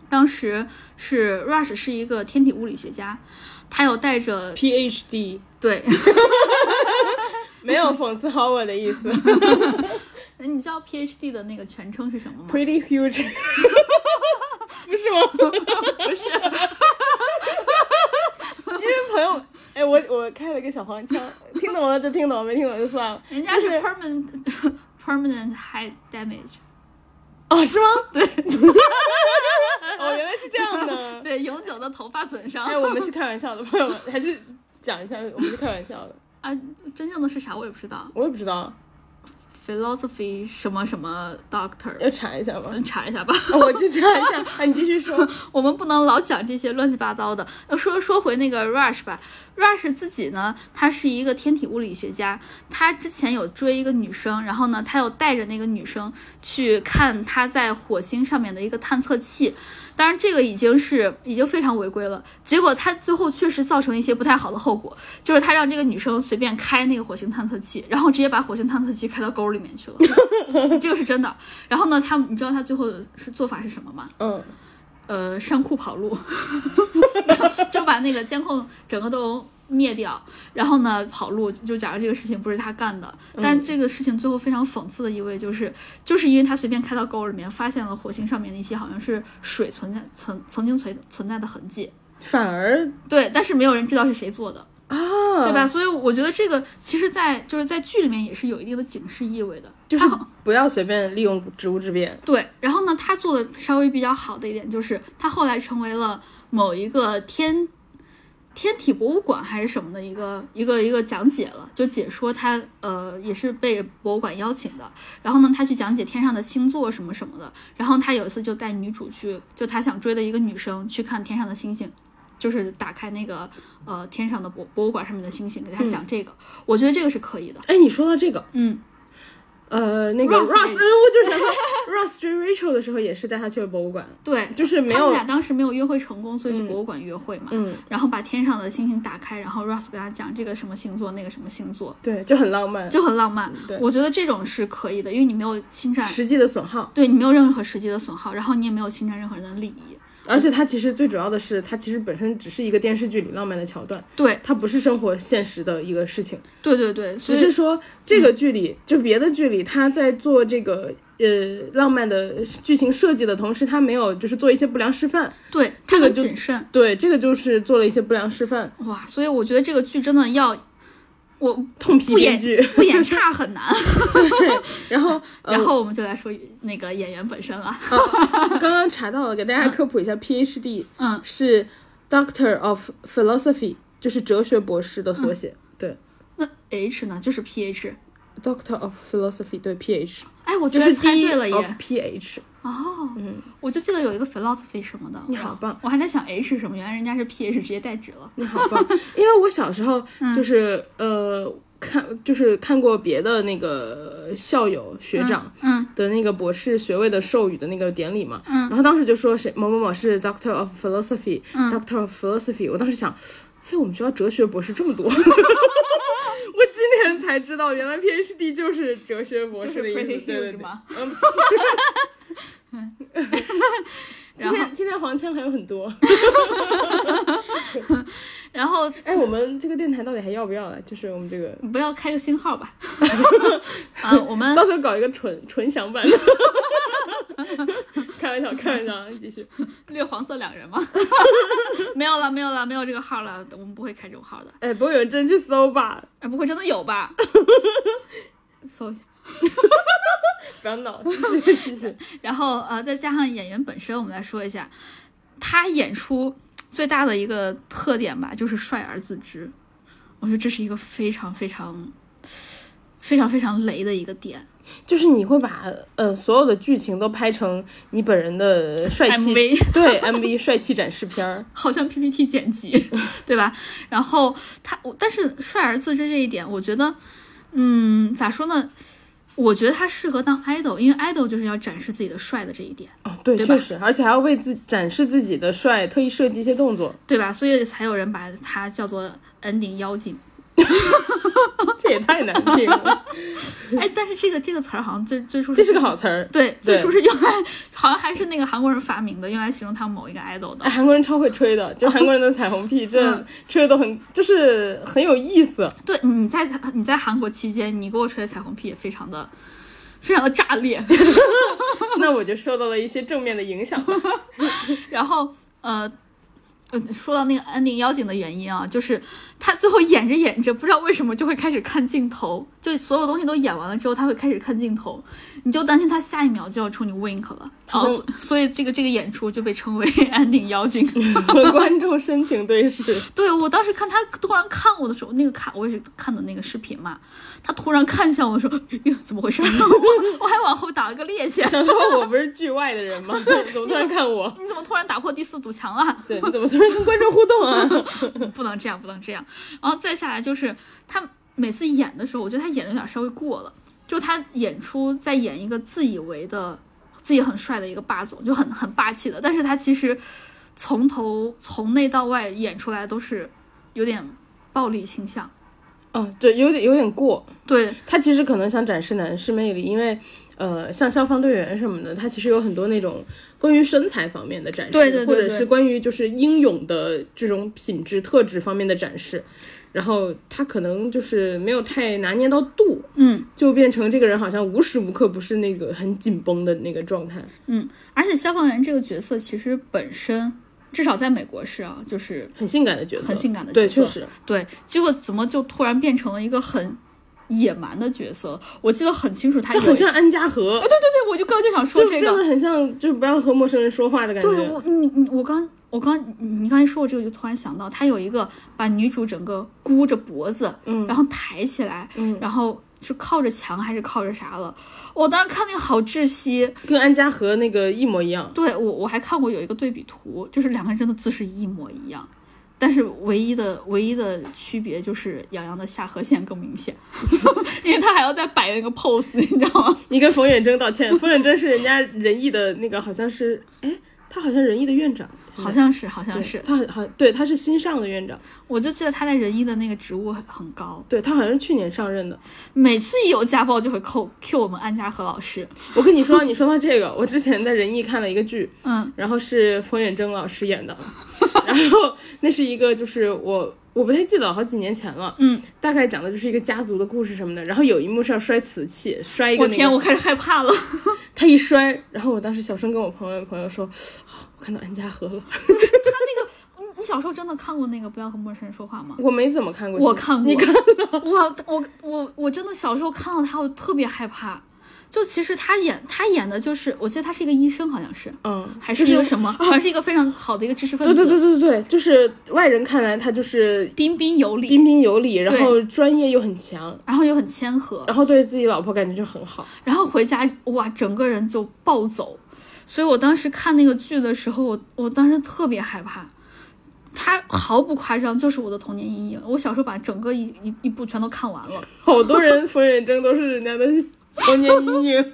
A: 当时是 Rush 是一个天体物理学家，他有带着
B: PhD
A: 对，
B: 没有讽刺好我的意思
A: 你知道 PhD 的那个全称是什么吗？
B: ，Pretty huge，不是 吗？
A: 不是。
B: 因为朋友，哎，我我开了一个小黄腔，听懂了就听懂，没听懂就算了。
A: 人家
B: 就是是
A: permanent permanent high damage。
B: 哦，是吗？对， 哦，原来是这样的。
A: 对，永久的头发损伤。
B: 哎，我们是开玩笑的，朋友们，还是讲一下，我们是开玩笑的。
A: 啊，真正的是啥我也不知道。
B: 我也不知道，
A: Philosophy 什么什么 doctor，
B: 要查一下吗？
A: 查一下吧。
B: 哦我去查一下。啊，你继续说。
A: 我们不能老讲这些乱七八糟的。呃说说回那个 Rush 吧，Rush 自己呢，他是一个天体物理学家，他之前有追一个女生，然后呢，他有带着那个女生去看他在火星上面的一个探测器。当然，这个已经是已经非常违规了。结果他最后确实造成了一些不太好的后果，就是他让这个女生随便开那个火星探测器，然后直接把火星探测器开到沟里面去了， 这个是真的。然后呢，他你知道他最后是做法是什么吗？
B: 嗯，
A: 呃上库跑路，就把那个监控整个都灭掉，然后呢跑路，就假如这个事情不是他干的。
B: 嗯
A: 但这个事情最后非常讽刺的意味就是，就是因为他随便开到沟里面，发现了火星上面的一些好像是水存在存曾经存存在的痕迹。
B: 反而
A: 对，但是没有人知道是谁做的，
B: 啊，
A: 对吧？？所以我觉得这个其实在，就是在剧里面也是有一定的警示意味的。
B: 就是哦
A: 他好
B: 不要随便利用职务之便。
A: 对，然后呢，他做的稍微比较好的一点就是，他后来成为了某一个天天体博物馆还是什么的一个一个一个讲解了，就解说他呃也是被博物馆邀请的，然后呢，他去讲解天上的星座什么什么的，然后他有一次就带女主去，就他想追的一个女生去看天上的星星。就是打开那个呃天上的博博物馆上面的星星，给他
B: 嗯
A: 讲这个，我觉得这个是可以的。
B: 哎，你说到这个，
A: 嗯，
B: 呃，那个
A: Ross
B: Ross，嗯，我就是想说 ，Ross 追 Rachel 的时候也是带她去了博物馆，
A: 对，
B: 就是没
A: 他们
B: 有，
A: 俩当时没有约会成功，所以去博物馆约会嘛。
B: 嗯，
A: 然后把天上的星星打开，然后 Ross 给他讲这个什么星座，那个什么星座，
B: 对，就很浪漫，
A: 就很浪漫
B: 对。
A: 我觉得这种是可以的，因为你没有侵占，
B: 实际的损耗。
A: 对你没有任何实际的损耗，然后你也没有侵占任何人的利益。
B: 而且它其实最主要的是，它其实本身只是一个电视剧里浪漫的桥段，
A: 对，
B: 它不是生活现实的一个事情。
A: 对对对，所
B: 只是
A: 以
B: 说这个剧里，就别的剧里，他在做这个呃浪漫的剧情设计的同时，他没有就是做一些不良示范。
A: 对
B: 这
A: 他
B: 个
A: 很
B: 就
A: 谨慎。
B: 对，这个就是做了一些不良示范，
A: 哇，所以我觉得这个剧真的要，我
B: 痛批
A: 不
B: 编
A: 演
B: 剧。
A: 不演差很难。
B: 然后，呃
A: 然后我们就来说那个演员本身了。
B: 刚刚查到了，给大家科普一下，PhD
A: 嗯
B: 是 Doctor of Philosophy，就是哲学博士的缩
A: 嗯
B: 写。对
A: 那 H 呢，就是 PH。
B: ，Doctor of Philosophy，对 PH，
A: 哎，我居
B: 就
A: 然
B: 是
A: 猜
B: D
A: 对了
B: of
A: 耶！
B: PH。
A: 哦，我就记得有一个 philosophy 什么的，
B: 嗯你好棒！
A: 我还在想 H 是什么，原来人家是 PH 直接代指了。
B: 你好棒！因为我小时候
A: 嗯
B: 就是、呃看就是看过别的那个校友学长
A: 嗯
B: 的那个博士学位的授予的那个典礼嘛，
A: 嗯
B: 然后当时就说谁某某某是 Doctor of Philosophy，Doctor、Doctor
A: 嗯
B: of Philosophy，我当时想，嘿，我们学校哲学博士这么 多。我今年才知道，原来 PhD 就是哲学博士的意思，
A: 就是 pretty
B: 对对
A: huge
B: 对
A: 吗。嗯
B: 嗯， 今
A: 然后
B: 天今天黄腔还有很多。
A: 然后
B: 哎，我们这个电台到底还要不要了？就是我们这个
A: 不要开个星号吧。 啊，我们
B: 到时候搞一个纯纯享版的。 开玩笑，开玩笑，啊，继续。
A: 略黄色两人吗？ 没有了，没有了，没有这个号了，我们不会开这种号的。
B: 哎，不会有人真去搜吧？
A: 哎，不会真的有吧？ 搜一下。
B: 不要闹，继续，继续。
A: 然后呃，再加上演员本身，我们来说一下，他演出最大的一个特点吧，就是帅而自知。我觉得这是一个非常非常非常非常雷的一个点。
B: 就是你会把呃所有的剧情都拍成你本人的帅气
A: MV
B: 对 MV 帅气展示片儿。
A: 好像 PPT 剪 辑，对吧？然后他，我但是帅而自知这一点，我觉得，嗯，咋说呢？我觉得他适合当 idol，因为 idol 就是要展示自己的帅的这一点，
B: 哦，对，
A: 对吧
B: 确实，而且还要为自展示自己的帅，特意设计一些动作，
A: 对吧？所以才有人把他叫做 ending 妖精。
B: 这也太难听了。
A: 哎，但是这个这个词儿好像最最初
B: 这是个好词儿，
A: 对，最
B: 对
A: 初是用来好像还是那个韩国人发明的，用来形容他们某一个 idol 的
B: 哎，。韩国人超会吹的，就韩国人的彩虹屁，这
A: 嗯
B: 吹的都很就是很有意思。
A: 对，你在你在韩国期间，你给我吹的彩虹屁也非常的非常的炸裂。
B: 那我就受到了一些正面的影响吧。
A: 然后呃。呃，说到那个安定妖精的原因啊，就是他最后演着演着，不知道为什么就会开始看镜头，就所有东西都演完了之后，他会开始看镜头，你就担心他下一秒就要冲你 wink 了，然后所所以这个这个演出就被称为 安定妖精。
B: 和观众深情对 视，
A: 对我当时看他突然看我的时候，那个看我也是看的那个视频嘛，他突然看向我说， 哎呀，怎么回事？我我还往后打了个趔趄，
B: 想说我不是剧外的人 吗？怎么突然看我？
A: 你怎么突然打破第四堵墙了？
B: 对，你怎么突然跟观众互动啊？
A: 不能这样，不能这样。然后再下来就是他每次演的时候，我觉得他演的有点稍微过了，就是他演出在演一个自以为的、自己很帅的一个霸总，就很很霸气的，但是他其实从头从内到外演出来都是有点暴力倾向。
B: 哦，对，有点有点过。
A: 对，
B: 他其实可能想展示男士魅力，因为呃，像消防队员什么的，他其实有很多那种关于身材方面的展示，
A: 对对对
B: 或者
A: 对
B: 是关于就是英勇的这种品质特质方面的展示。然后他可能就是没有太拿捏到度，
A: 嗯，
B: 就变成这个人好像无时无刻不是那个很紧绷的那个状态。
A: 嗯，而且消防员这个角色其实本身，至少在美国是啊，就是
B: 很性感的角色，
A: 很性感的
B: 对，
A: 角
B: 确
A: 色
B: 实，
A: 对，结果怎么就突然变成了一个很野蛮的角色？我记得很清楚，他
B: 他
A: 有
B: 很
A: 一
B: 像安家和，
A: 哦对对对，我就刚就想说
B: 就
A: 这
B: 变
A: 个
B: 得，很像，就不要和陌生人说话的感觉。
A: 对我你你我刚我刚你你刚才说我这个，我就突然想到，他有一个把女主整个箍着脖子，
B: 嗯
A: 然后抬起来，
B: 嗯
A: 然后是靠着墙还是靠着啥了？我当时看那个好窒息。
B: 跟安家和那个一模一样。
A: 对我我还看过有一个对比图，就是两个人真的姿势一模一样，但是唯一的唯一的区别就是杨洋的下颌线更明显， 因为他还要再摆那个 pose，你知道吗？
B: 你跟冯远征道 歉，冯远征是人家仁义的那个，好像是，哎，他好像仁义的院长，现在
A: 好像是好像
B: 对
A: 是，
B: 他好好对，他是新上的院长，
A: 我就记得他在仁义的那个职务很很高，
B: 对他好像是去年上任的。
A: 每次一有家暴就会扣 Q 我们安家和老师，
B: 我跟 你说，你说到这个，我之前在仁义看了一个剧，
A: 嗯
B: 然后是冯远征老师演的， 然后那是一个就是我我不太记得了好几年前了，
A: 嗯，
B: 大概讲的就是一个家族的故事什么的。然后有一幕是要摔瓷器，摔一个、
A: 我
B: 那个，
A: 天，我开始害怕 了，
B: 他一摔，然后我当时小声跟我朋友朋友说，啊我看到安家和了，
A: 你你小时候真的看过那个《不要和陌生人说话》吗？
B: 我没怎么看过，
A: 我看过，
B: 你看
A: 我我我我真的小时候看到他，我特别害怕。就其实他演他演的就是，我记得他是一个医生，好像是，
B: 嗯，
A: 还是
B: 就
A: 一个什 么，好像是一个非常好的一个知识分
B: 对
A: 子，
B: 对对对对，就是外人看来他就是
A: 彬彬有礼，
B: 彬彬有礼，然后专业又很强，
A: 然后又很谦和，
B: 然后对自己老婆感觉就很好。
A: 然后回家哇，整个人就暴走。所以我当时看那个剧的时候，我我当时特别害怕。
B: 啊
A: 他毫不夸张，就是我的童年阴影。我小时候把整个一一一部全都看完了。
B: 好多人冯远征都是人家的 童年阴影，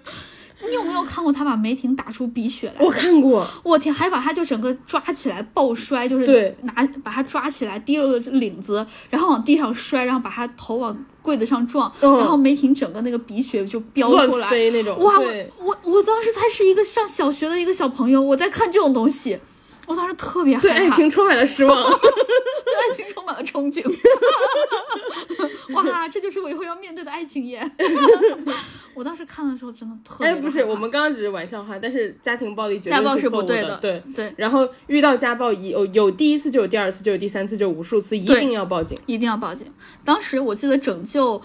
A: 你有没有看过他把梅婷打出鼻血来？
B: 我 看过，
A: 我天，还把他就整个抓起来抱摔，就是
B: 对
A: 拿把他抓起来提溜着领子，然后往地上摔，然后把他头往柜子上撞，
B: 嗯
A: 然后梅婷整个那个鼻血就飙
B: 乱
A: 出来。
B: 飞那种，
A: 哇，我
B: 对，
A: 我我当时才是一个上小学的一个小朋友，我在看这种东西，我当时特别害怕，
B: 对爱情充满了失 望。
A: 对爱情充满了憧憬。 哇，这就是我以后要面对的爱情耶！ 我当时看的时候真的特别
B: 哎，
A: 害怕，
B: 不是，我们刚刚只是玩笑话，但是家庭暴力绝
A: 家暴
B: 对
A: 是
B: 错
A: 不
B: 误
A: 对
B: 的，
A: 的，
B: 对。
A: 对，
B: 然后遇到家暴，有有第一次就有第二次就有第三次就有无数次，一
A: 对
B: 定要报警。
A: 一定要报警。当时我记得拯救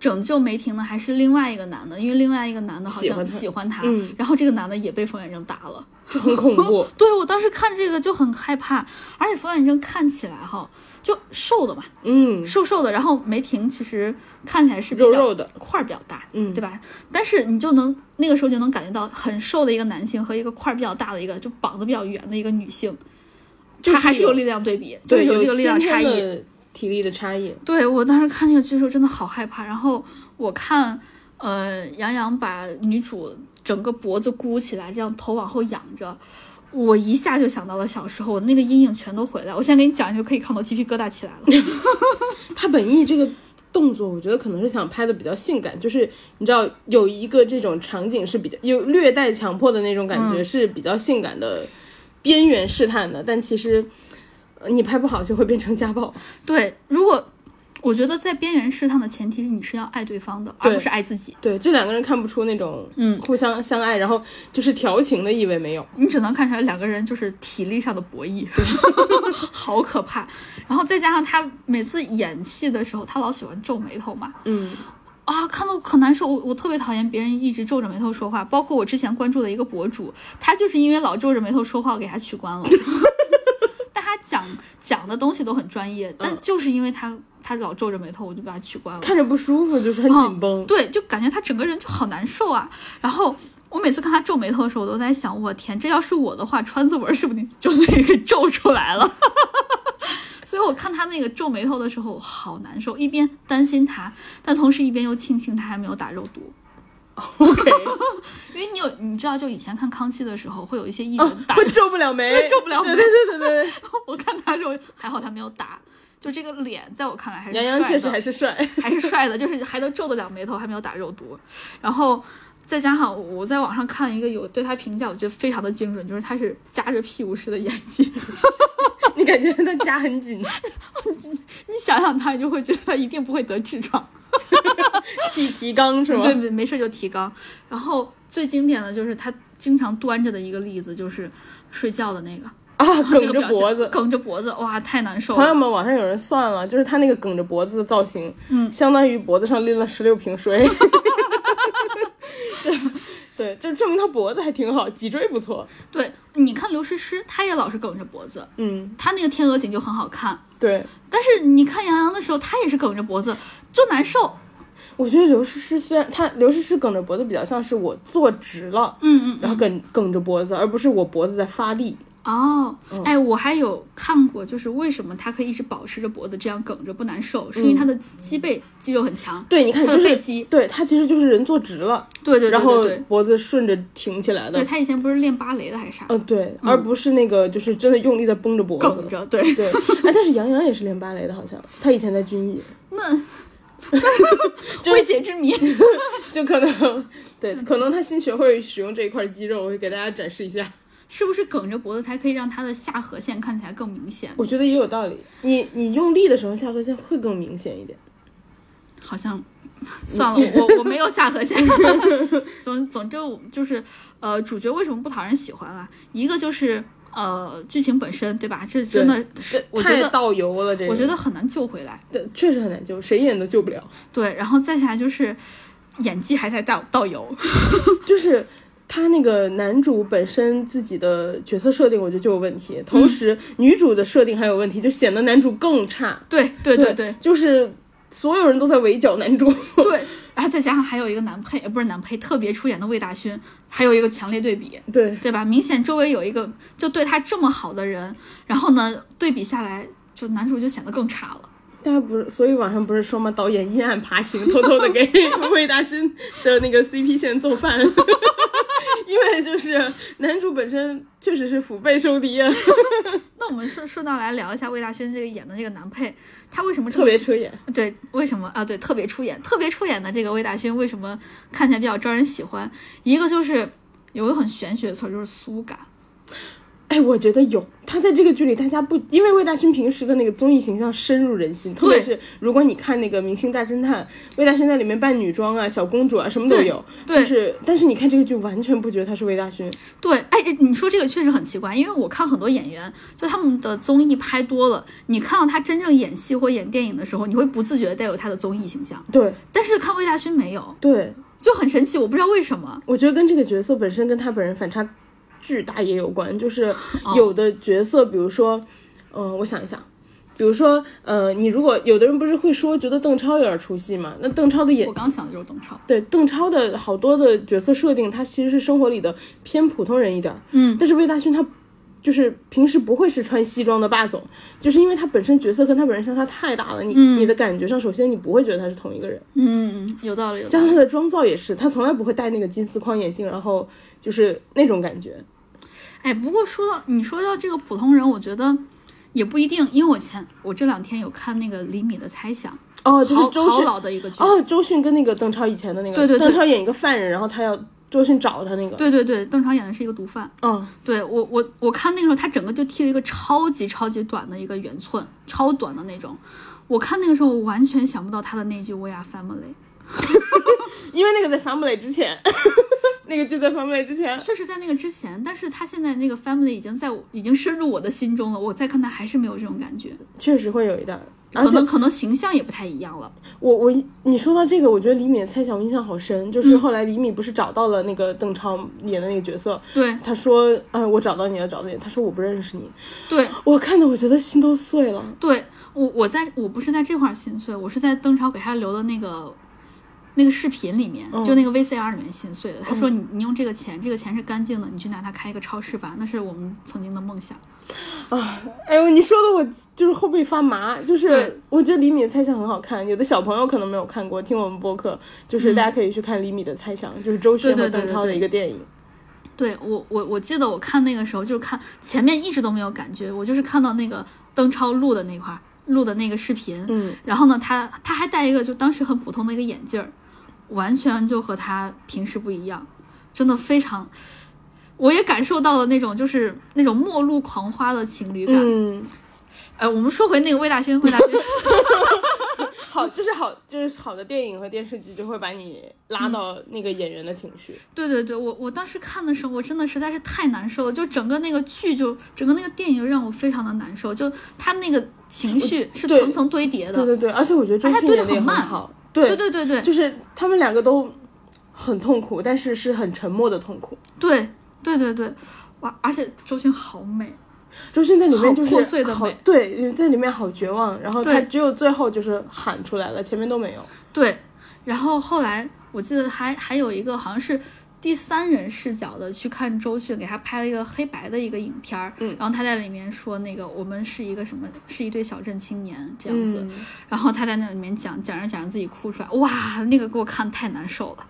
A: 拯救梅婷的还是另外一个男的，因为另外一个男的好
B: 喜欢
A: 像
B: 他
A: 喜欢他，
B: 嗯
A: 然后这个男的也被冯远征打了。
B: 就很恐
A: 。
B: 怖
A: 对我当时看这个就很害怕，而且冯远征看起来哈就瘦的嘛，
B: 嗯，
A: 瘦瘦的，然后梅婷其实看起来是比较
B: 肉肉的
A: 块儿比较大，
B: 嗯
A: 对吧？但是你就能那个时候就能感觉到很瘦的一个男性和一个块儿比较大的一个就膀子比较圆的一个女性，
B: 就是
A: 他还是有
B: 有
A: 力量对比，就是
B: 对，
A: 有这个力量差异。
B: 先天的体力的差异。
A: 对我当时看那个剧的时候真的好害怕，然后我看，呃，杨洋把女主整个脖子箍起来，这样头往后仰着，我一下就想到了小时候，我那个阴影全都回来。我现在给你讲，你就可以看到鸡皮疙瘩起来了。
B: 他本意这个动作，我觉得可能是想拍的比较性感，就是你知道有一个这种场景是比较有略带强迫的那种感觉，
A: 嗯
B: 是比较性感的边缘试探的，但其实。呃你拍不好就会变成家暴，
A: 对，如果我觉得在边缘试探的前提是你是要爱对方的，而
B: 对
A: 不是爱自己，
B: 对这两个人看不出那种
A: 嗯
B: 互相相爱，然后就是调情的意味没有。
A: 你只能看出来两个人就是体力上的博弈， 好可怕。然后再加上他每次演戏的时候，他老喜欢皱眉头嘛，
B: 嗯，
A: 啊，看到可难受，我我特别讨厌别人一直皱着眉头说话，包括我之前关注的一个博主，他就是因为老皱着眉头说话，我给他取关了。 但他讲讲的东西都很专业，但就是因为他他老皱着眉头，我就把他取关了。
B: 看着不舒服，就是很紧绷。
A: 对，就感觉他整个人就好难受啊。然后我每次看他皱眉头的时候，我都在想，我天，这要是我的话，川字纹是不是就得给皱出来了？ 所以我看他那个皱眉头的时候，好难受，一边担心他，但同时一边又庆幸他还没有打肉毒。
B: OK，
A: 因为你有，你知道，就以前看康熙的时候，会有一些艺
B: 哦
A: 人，打
B: 会皱不了眉，
A: 皱不了眉
B: 对对对对对，
A: 我看他的时候还好他没有打，就这个脸，在我看来还是
B: 杨洋确实
A: 帅的
B: 还是帅，
A: 还是帅的，就是还能皱得了眉头，还没有打肉毒。然后再加上我在网上看一个有对他评价，我觉得非常的精准，就是他是夹着屁股式的演技。
B: 你感觉他夹很紧，
A: 你想想他，你就会觉得他一定不会得痔疮。
B: 提提纲是吗？
A: 对，没没事就提纲。然后最经典的就是他经常端着的一个例子，就是睡觉的那个
B: 啊，
A: 那
B: 梗
A: 个
B: 着
A: 表情
B: 脖子。
A: 梗着脖子，哇，太难受
B: 朋友
A: 了。
B: 们，网上有人算了，就是他那个梗着脖子的造型，嗯，相当于脖子上拎了十六 瓶水。对，就证明他脖子还挺好，脊椎不错。
A: 对，你看刘诗诗，她也老是梗着脖子，
B: 嗯，
A: 她那个天鹅颈就很好看。
B: 对，
A: 但是你看杨洋的时候，她也是梗着脖子，就难受。
B: 我觉得刘诗诗虽然她刘诗诗梗着脖子比较像是我坐直了，
A: 嗯嗯。
B: 然后梗梗着脖子，而不是我脖子在发力。
A: 哦，
B: 嗯
A: 哎，我还有看过，就是为什么他可以一直保持着脖子这样梗着不难受，是因为他的脊背肌肉很强。
B: 对，你看，
A: 他
B: 就
A: 的
B: 是
A: 背肌
B: 对他其实就是人坐直了，
A: 对对对
B: 然后
A: 对对，
B: 脖子顺着挺起来的
A: 对。他以前不是练芭蕾的还是啥，
B: 嗯，对，而不是那个就是真的用力的绷着脖
A: 梗
B: 子。
A: 着。对，
B: 对，哎，但是杨洋也是练芭蕾的，好像他以前在军艺，
A: 那未解之谜。
B: 就可 能对，可能他新学会使用这一块肌肉，我会给大家展示一下。
A: 是不是梗着脖子才可以让他的下颌线看起来更明显？
B: 我觉得也有道理，你你用力的时候下颌线会更明显一点。
A: 好 像算了，我我没有下颌线。总总之我就是，呃，主角为什么不讨人喜欢啊？一个就是呃，剧情本身对吧？这真的是我觉
B: 太
A: 得
B: 倒油了，这个
A: 我觉得很难救回来。
B: 对，确实很难救，谁演都救不了。
A: 对，然后再下来就是演技还在倒倒油。
B: 就是他那个男主本身自己的角色设定，我觉得就有问题，同时女主的设定还有问题，就显得男主更差。
A: 对对对对
B: 对，就是所有人都在围剿男主。
A: 对，然后再加上还有一个男配，呃不是男配，特别出演的魏大勋，还有一个强烈对比，
B: 对，
A: 对吧？明显周围有一个就对他这么好的人，然后呢，对比下来，就男主就显得更差了。
B: 大家不是，所以网上不是说吗？导演阴暗爬行，偷偷的给魏大勋的那个 CP 线做饭， 因为就是男主本身确实是腹背受敌啊，
A: 那我们顺顺道来聊一下魏大勋这个演的这个男配，他为什么这
B: 特
A: 么
B: 别扯眼。
A: 对，为什么啊？对，特别出演，特别出演的这个魏大勋为什么看起来比较招人喜欢？一个就是有一个很玄学的词儿，就是苏感。
B: 哎，我觉得有他在这个剧里，大家不因为魏大勋平时的那个综艺形象深入人心，特别是如果你看那个《明星大侦探》，魏大勋在里面扮女装啊、小公主啊，什么都
A: 对
B: 有。
A: 对
B: 就是但是你看这个剧，完全不觉得他是魏大勋。
A: 对，哎，哎你说这个确实很奇怪，因为我看很多演员，就他们的综艺拍多了，你看到他真正演戏或演电影的时候，你会不自觉地带有他的综艺形象，
B: 对
A: 但是看魏大勋没有，
B: 对，
A: 就很神奇，我不知道为什么。
B: 我觉得跟这个角色本身跟他本人反差巨大也有关，就是
A: 哦
B: 有的角色，比如说，嗯、我想一想，比如说，呃，你如果有的人不是会说觉得邓超有点出戏嘛，那邓超的演
A: 我刚想的就是邓超，
B: 对邓超的好多的角色设定，他其实是生活里的偏普通人一点儿，
A: 嗯，
B: 但是魏大勋他。就是平时不会是穿西装的霸总，就是因为他本身角色跟他本人相差太大了，你、你的感觉上，首先你不会觉得他是同一个人，
A: 嗯，有道理，有
B: 加
A: 道
B: 上
A: 理。
B: 他的妆造也是，他从来不会戴那个金丝框眼镜，然后就是那种感觉。
A: 哎，不过说到你说到这个普通人，我觉得也不一定，因为我前我这两天有看那个李米的猜想，
B: 哦，就
A: 好
B: 是周
A: 好
B: 迅。
A: 老的一个剧，
B: 哦，周迅跟那个邓超以前的那个，
A: 对对对
B: 邓超演一个犯人，然后他要周迅找他那个。
A: 对对对，邓超演的是一个毒贩。
B: 嗯，
A: 对我我我看那个时候，他整个就剃了一个超级超级短的一个圆寸，超短的那种。我看那个时候，我完全想不到他的那句 “We are family”，
B: 因为那个在伐木磊之前， 那个就在伐木磊之前。
A: 确实在那个之前，但是他现在那个 family 已经在我已经深入我的心中了。我再看他还是没有这种感觉，
B: 确实会有一点儿。而
A: 可
B: 且
A: 能可能形象也不太一样了。
B: 我我你说到这个，我觉得李敏的猜想我印象好深，就是后来李敏不是找到了那个邓超演的那个角色，
A: 对
B: 他说，呃，我找到你了，找到你了，他说我不认识你，
A: 对
B: 我看的我觉得心都碎了。
A: 对，我我在我不是在这块儿心碎，我是在邓超给他留的那个。那个视频里面，就那个 VCR 里面心碎的。他说你：“你用这个钱，这个钱是干净的，你去拿它开一个超市吧，那是我们曾经的梦想。”
B: 哎呦，你说的我就是后背发麻，就
A: 对
B: 是我觉得李敏的猜想很好看，有的小朋友可能没有看过，听我们播客，就是大家可以去看李敏的猜想，就是周迅
A: 对
B: 和
A: 嗯对对
B: 邓超的一个电影。
A: 对我，我我记得我看那个时候，就是看前面一直都没有感觉，我就是看到那个邓超录的那块儿，录的那个视频，
B: 嗯，
A: 然后呢，他他还戴一个就当时很普通的一个眼镜儿，完全就和他平时不一样，真的非常，我也感受到了那种就是那种末路狂花的情侣感。
B: 嗯，
A: 呃，我们说回那个魏大勋，魏大勋
B: 好，就是好，就是好的电影和电视剧就会把你拉到
A: 嗯
B: 那个演员的情绪。
A: 对对对，我我当时看的时候，我真的实在是太难受了，就整个那个剧就整个那个电影让我非常的难受，就他那个情绪是
B: 对
A: 层层堆叠
B: 对
A: 的，
B: 对对，而且我觉得周
A: 而且
B: 迅
A: 对
B: 演
A: 得
B: 的也
A: 很
B: 很
A: 慢
B: 好，对
A: 对对对对
B: 就是他们两个都很痛苦，但是是很沉默的痛苦。
A: 对对对对，哇！而且周迅好美，
B: 周迅在里面就是
A: 好破碎的
B: 好
A: 美
B: 对，在里面好绝望，然后
A: 对
B: 他只有最后就是喊出来了，前面都没有。
A: 对。然后后来我记得还还有一个好像是第三人视角的去看周迅，给他拍了一个黑白的一个影片儿，
B: 嗯
A: 然后他在里面说那个我们是一个什么，是一对小镇青年这样子，
B: 嗯
A: 然后他在那里面讲讲着讲着自己哭出来，哇，那个给我看太难受了。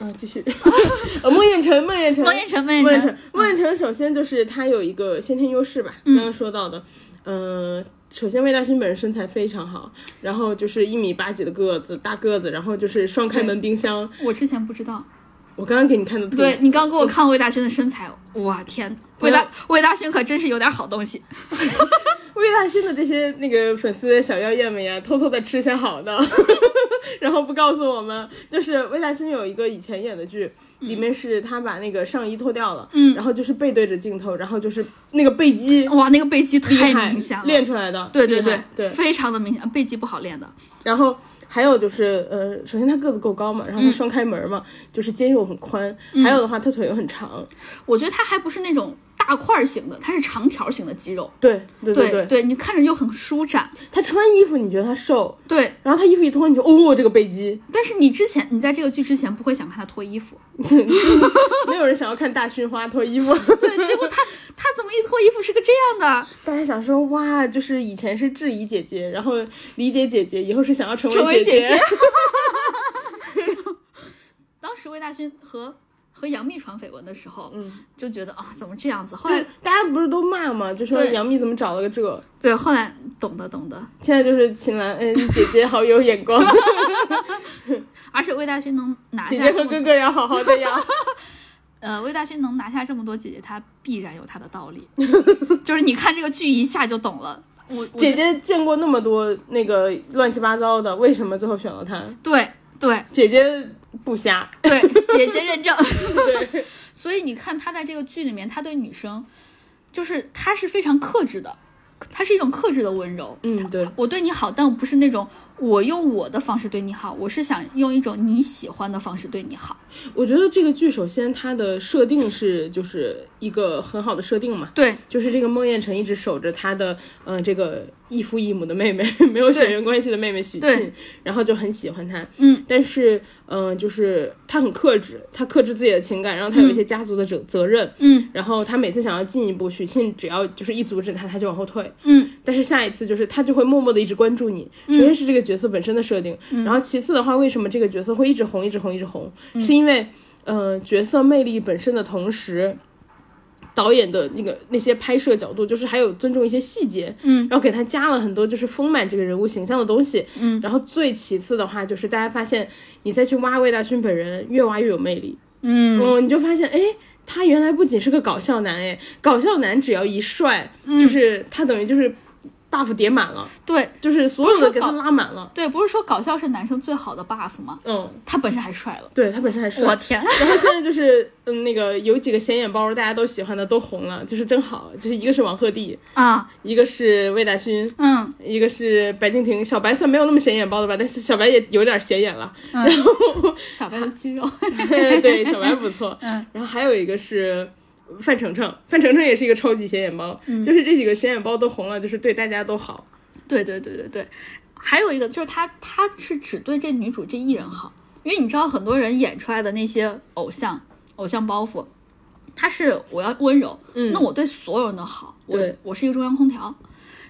B: 啊，继续。 呃，孟宴臣，孟宴臣，
A: 孟宴臣孟嗯宴
B: 孟
A: 臣
B: 臣，孟宴臣，首先就是他有一个先天优势吧，
A: 嗯
B: 刚刚说到的，呃，首先魏大勋本人身材非常好，然后就是一米八几的个子，大个子，然后就是双开门冰箱。
A: 我之前不知道，
B: 我刚刚给你看的图，
A: 对你刚给我看魏大勋的身材，哇天，魏大魏大勋可真是有点好东西。
B: 魏大勋的这些那个粉丝小妖艳们呀，偷偷的吃些好的， 然后不告诉我们。就是魏大勋有一个以前演的剧，
A: 嗯
B: 里面是他把那个上衣脱掉了，嗯，然后就是背对着镜头，然后就是那个背肌
A: 哇，那个背肌太
B: 厉害
A: 明显了，
B: 练出来的，
A: 对对
B: 厉
A: 对
B: 害对。
A: 非常的明显，背肌不好练的。
B: 然后还有就是，呃，首先他个子够高嘛，
A: 嗯
B: 然后他双开门嘛，就是肩肉很宽，还有的话他腿又很长，
A: 我觉得他还不是那种大块儿型的，他是长条型的肌肉。
B: 对对
A: 对
B: 对，
A: 你看着又很舒展。
B: 他穿衣服你觉得他瘦，
A: 对，
B: 然后他衣服一脱你就哦这个背肌，
A: 但是你之前你在这个剧之前不会想看他脱衣服，
B: 没有人想要看大勋花脱衣服。
A: 对，结果他他怎么一脱衣服是个这样的？
B: 大家想说哇，就是以前是质疑姐姐，然后理解姐姐，以后是想要成
A: 成为
B: 为姐
A: 姐姐当时魏大勋和和杨幂传绯闻的时候，
B: 嗯，
A: 就觉得啊、怎么这样子？后
B: 就
A: 来
B: 大家不是都骂嘛，就说
A: 对
B: 杨幂怎么找了个这，
A: 对，后来懂得懂得，
B: 现在就是秦岚，嗯，姐姐好有 眼光，
A: 而且魏大勋能拿
B: 姐
A: 下
B: 姐
A: 这
B: 和
A: 么
B: 哥哥要好好的呀。
A: 呃，魏大勋能拿下这么多姐姐，他必然有他的道理。 就是你看这个剧一下就懂了。我我
B: 姐姐见过那么多那个乱七八糟的，为什么最后选了她？
A: 对对
B: 姐姐不瞎，
A: 对，姐姐认证。 所以你看他在这个剧里面，他对女生，就是他是非常克制的，他是一种克制的温柔。
B: 嗯，对，
A: 我对你好，但我不是那种我用我的方式对你好，我是想用一种你喜欢的方式对你好。
B: 我觉得这个剧首先它的设定是就是一个很好的设定嘛，
A: 对
B: 就是这个孟宴臣一直守着他的嗯、呃这个异父异母的妹妹， 没有血缘关系的妹妹许
A: 对
B: 沁，然后就很喜欢她，
A: 嗯，
B: 但是嗯、呃就是他很克制，他克制自己的情感，然后他有一些家族的责责任，
A: 嗯
B: 然后他每次想要进一步，许沁只要就是一阻止他，他就往后退，
A: 嗯
B: 但是下一次就是他就会默默的一直关注你，首先是这个角色本身的设定，
A: 嗯
B: 然后其次的话，为什么这个角色会一直红，一直红，一直红，是因为呃角色魅力本身的同时，导演的那个那些拍摄角度，就是还有尊重一些细节，
A: 嗯，
B: 然后给他加了很多就是丰满这个人物形象的东西，
A: 嗯，
B: 然后最其次的话就是大家发现你再去挖魏大勋本人，越挖越有魅力，
A: 嗯，
B: 嗯，你就发现哎。诶他原来不仅是个搞笑男，哎，搞笑男只要一帅，
A: 嗯
B: 就是他等于就是 buff 叠满了，
A: 对
B: 就是所有
A: 不是说
B: 的给他
A: 搞
B: 拉满了。
A: 对，不是说搞笑是男生最好的 buff 吗？
B: 嗯，
A: 他本身还帅了，
B: 对他本身还帅。 然
A: 天！
B: 后现在就是，嗯，那个有几个显眼包，大家都喜欢的都红了，就是真好。就是一个是王鹤棣，
A: 啊，
B: 一个是魏大勋，
A: 嗯，
B: 一个是白敬亭。小白算没有那么显眼包的吧，但是小白也有点显眼了。然后，
A: 小白的肌肉，
B: 对，小白不错。
A: 嗯，
B: 然后还有一个是范丞丞，范丞丞也是一个超级显眼包，
A: 嗯
B: 就是这几个显眼包都红了，就是对大家都好。
A: 对对对对对。还有一个就是他，他是只对这女主这一人好，因为你知道很多人演出来的那些偶像偶像包袱，他是我要温柔，
B: 嗯
A: 那我对所有人都好，我
B: 对
A: 我是一个中央空调。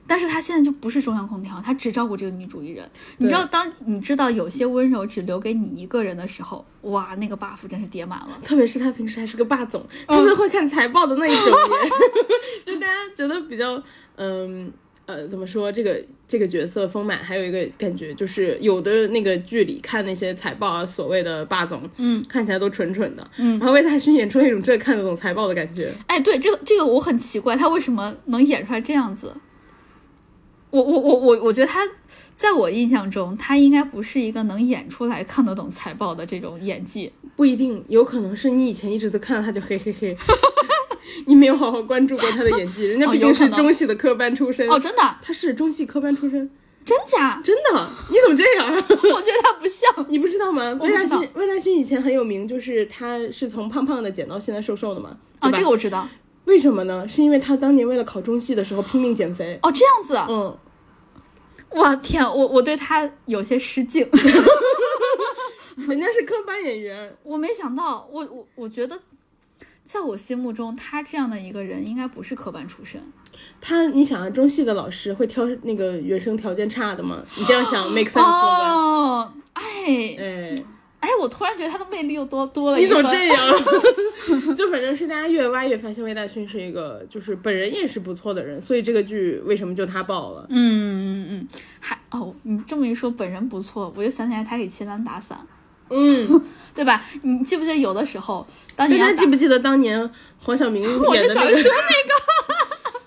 A: 但是他现在就不是中央空调，他只照顾这个女主一人。你知道，当你知道有些温柔只留给你一个人的时候，哇，那个 buff 真是叠满了。
B: 特别是他平时还是个霸总，
A: 哦
B: 他是会看财报的那一种人，就大家觉得比较嗯。呃呃，怎么说这个这个角色丰满，还有一个感觉就是有的那个剧里看那些财报啊，所谓的霸总，
A: 嗯，
B: 看起来都蠢蠢的，
A: 嗯
B: 然后魏大勋演出了一种真的看得懂财报的感觉，
A: 哎，对，这个这个我很奇怪，他为什么能演出来这样子？我我我我我觉得他在我印象中，他应该不是一个能演出来看得懂财报的这种演技。
B: 不一定，有可能是你以前一直都看到他就嘿嘿 嘿，你没有好好关注过他的演技，人家
A: 哦
B: 毕
A: 有
B: 竟
A: 可
B: 是
A: 能
B: 中戏的科班出身，
A: 哦，真的，
B: 他是中戏科班出身，？
A: 真假
B: 真的，你怎么这样？
A: 我觉得他不像。
B: 你不知道吗？
A: 我不
B: 魏大
A: 知道
B: 勋，魏大勋以前很有名，就是他是从胖胖的减到现在瘦瘦的嘛。
A: 啊，
B: 对吧
A: 这个我知道。
B: 为什么呢？是因为他当年为了考中戏的时候拼命减肥。
A: 哦，这样子啊，
B: 嗯，
A: 我天，我我对他有些失敬，
B: 嗯人家是科班演员，
A: 我没想到，我我我觉得，在我心目中，他这样的一个人应该不是科班出身。
B: 他你想啊，中戏的老师会挑那个原生条件差的吗？你这样想 make sense 了吧？
A: 哦，哎
B: 哎，
A: 哎，我突然觉得他的魅力又多多了一
B: 你
A: 分。
B: 怎么这样？就反正是大家越挖越发现魏大勋是一个，就是本人也是不错的人，所以这个剧为什么就他爆了？
A: 嗯嗯嗯，还哦，你这么一说，本人不错，我就想起来他给秦岚打伞，
B: 嗯，
A: 对吧？你记不记得有的时候，当
B: 大
A: 你要
B: 家
A: 打
B: 记，不记得当年黄晓 明
A: 我
B: 演
A: 就
B: 的
A: 想
B: 那
A: 说
B: 个？
A: 那个，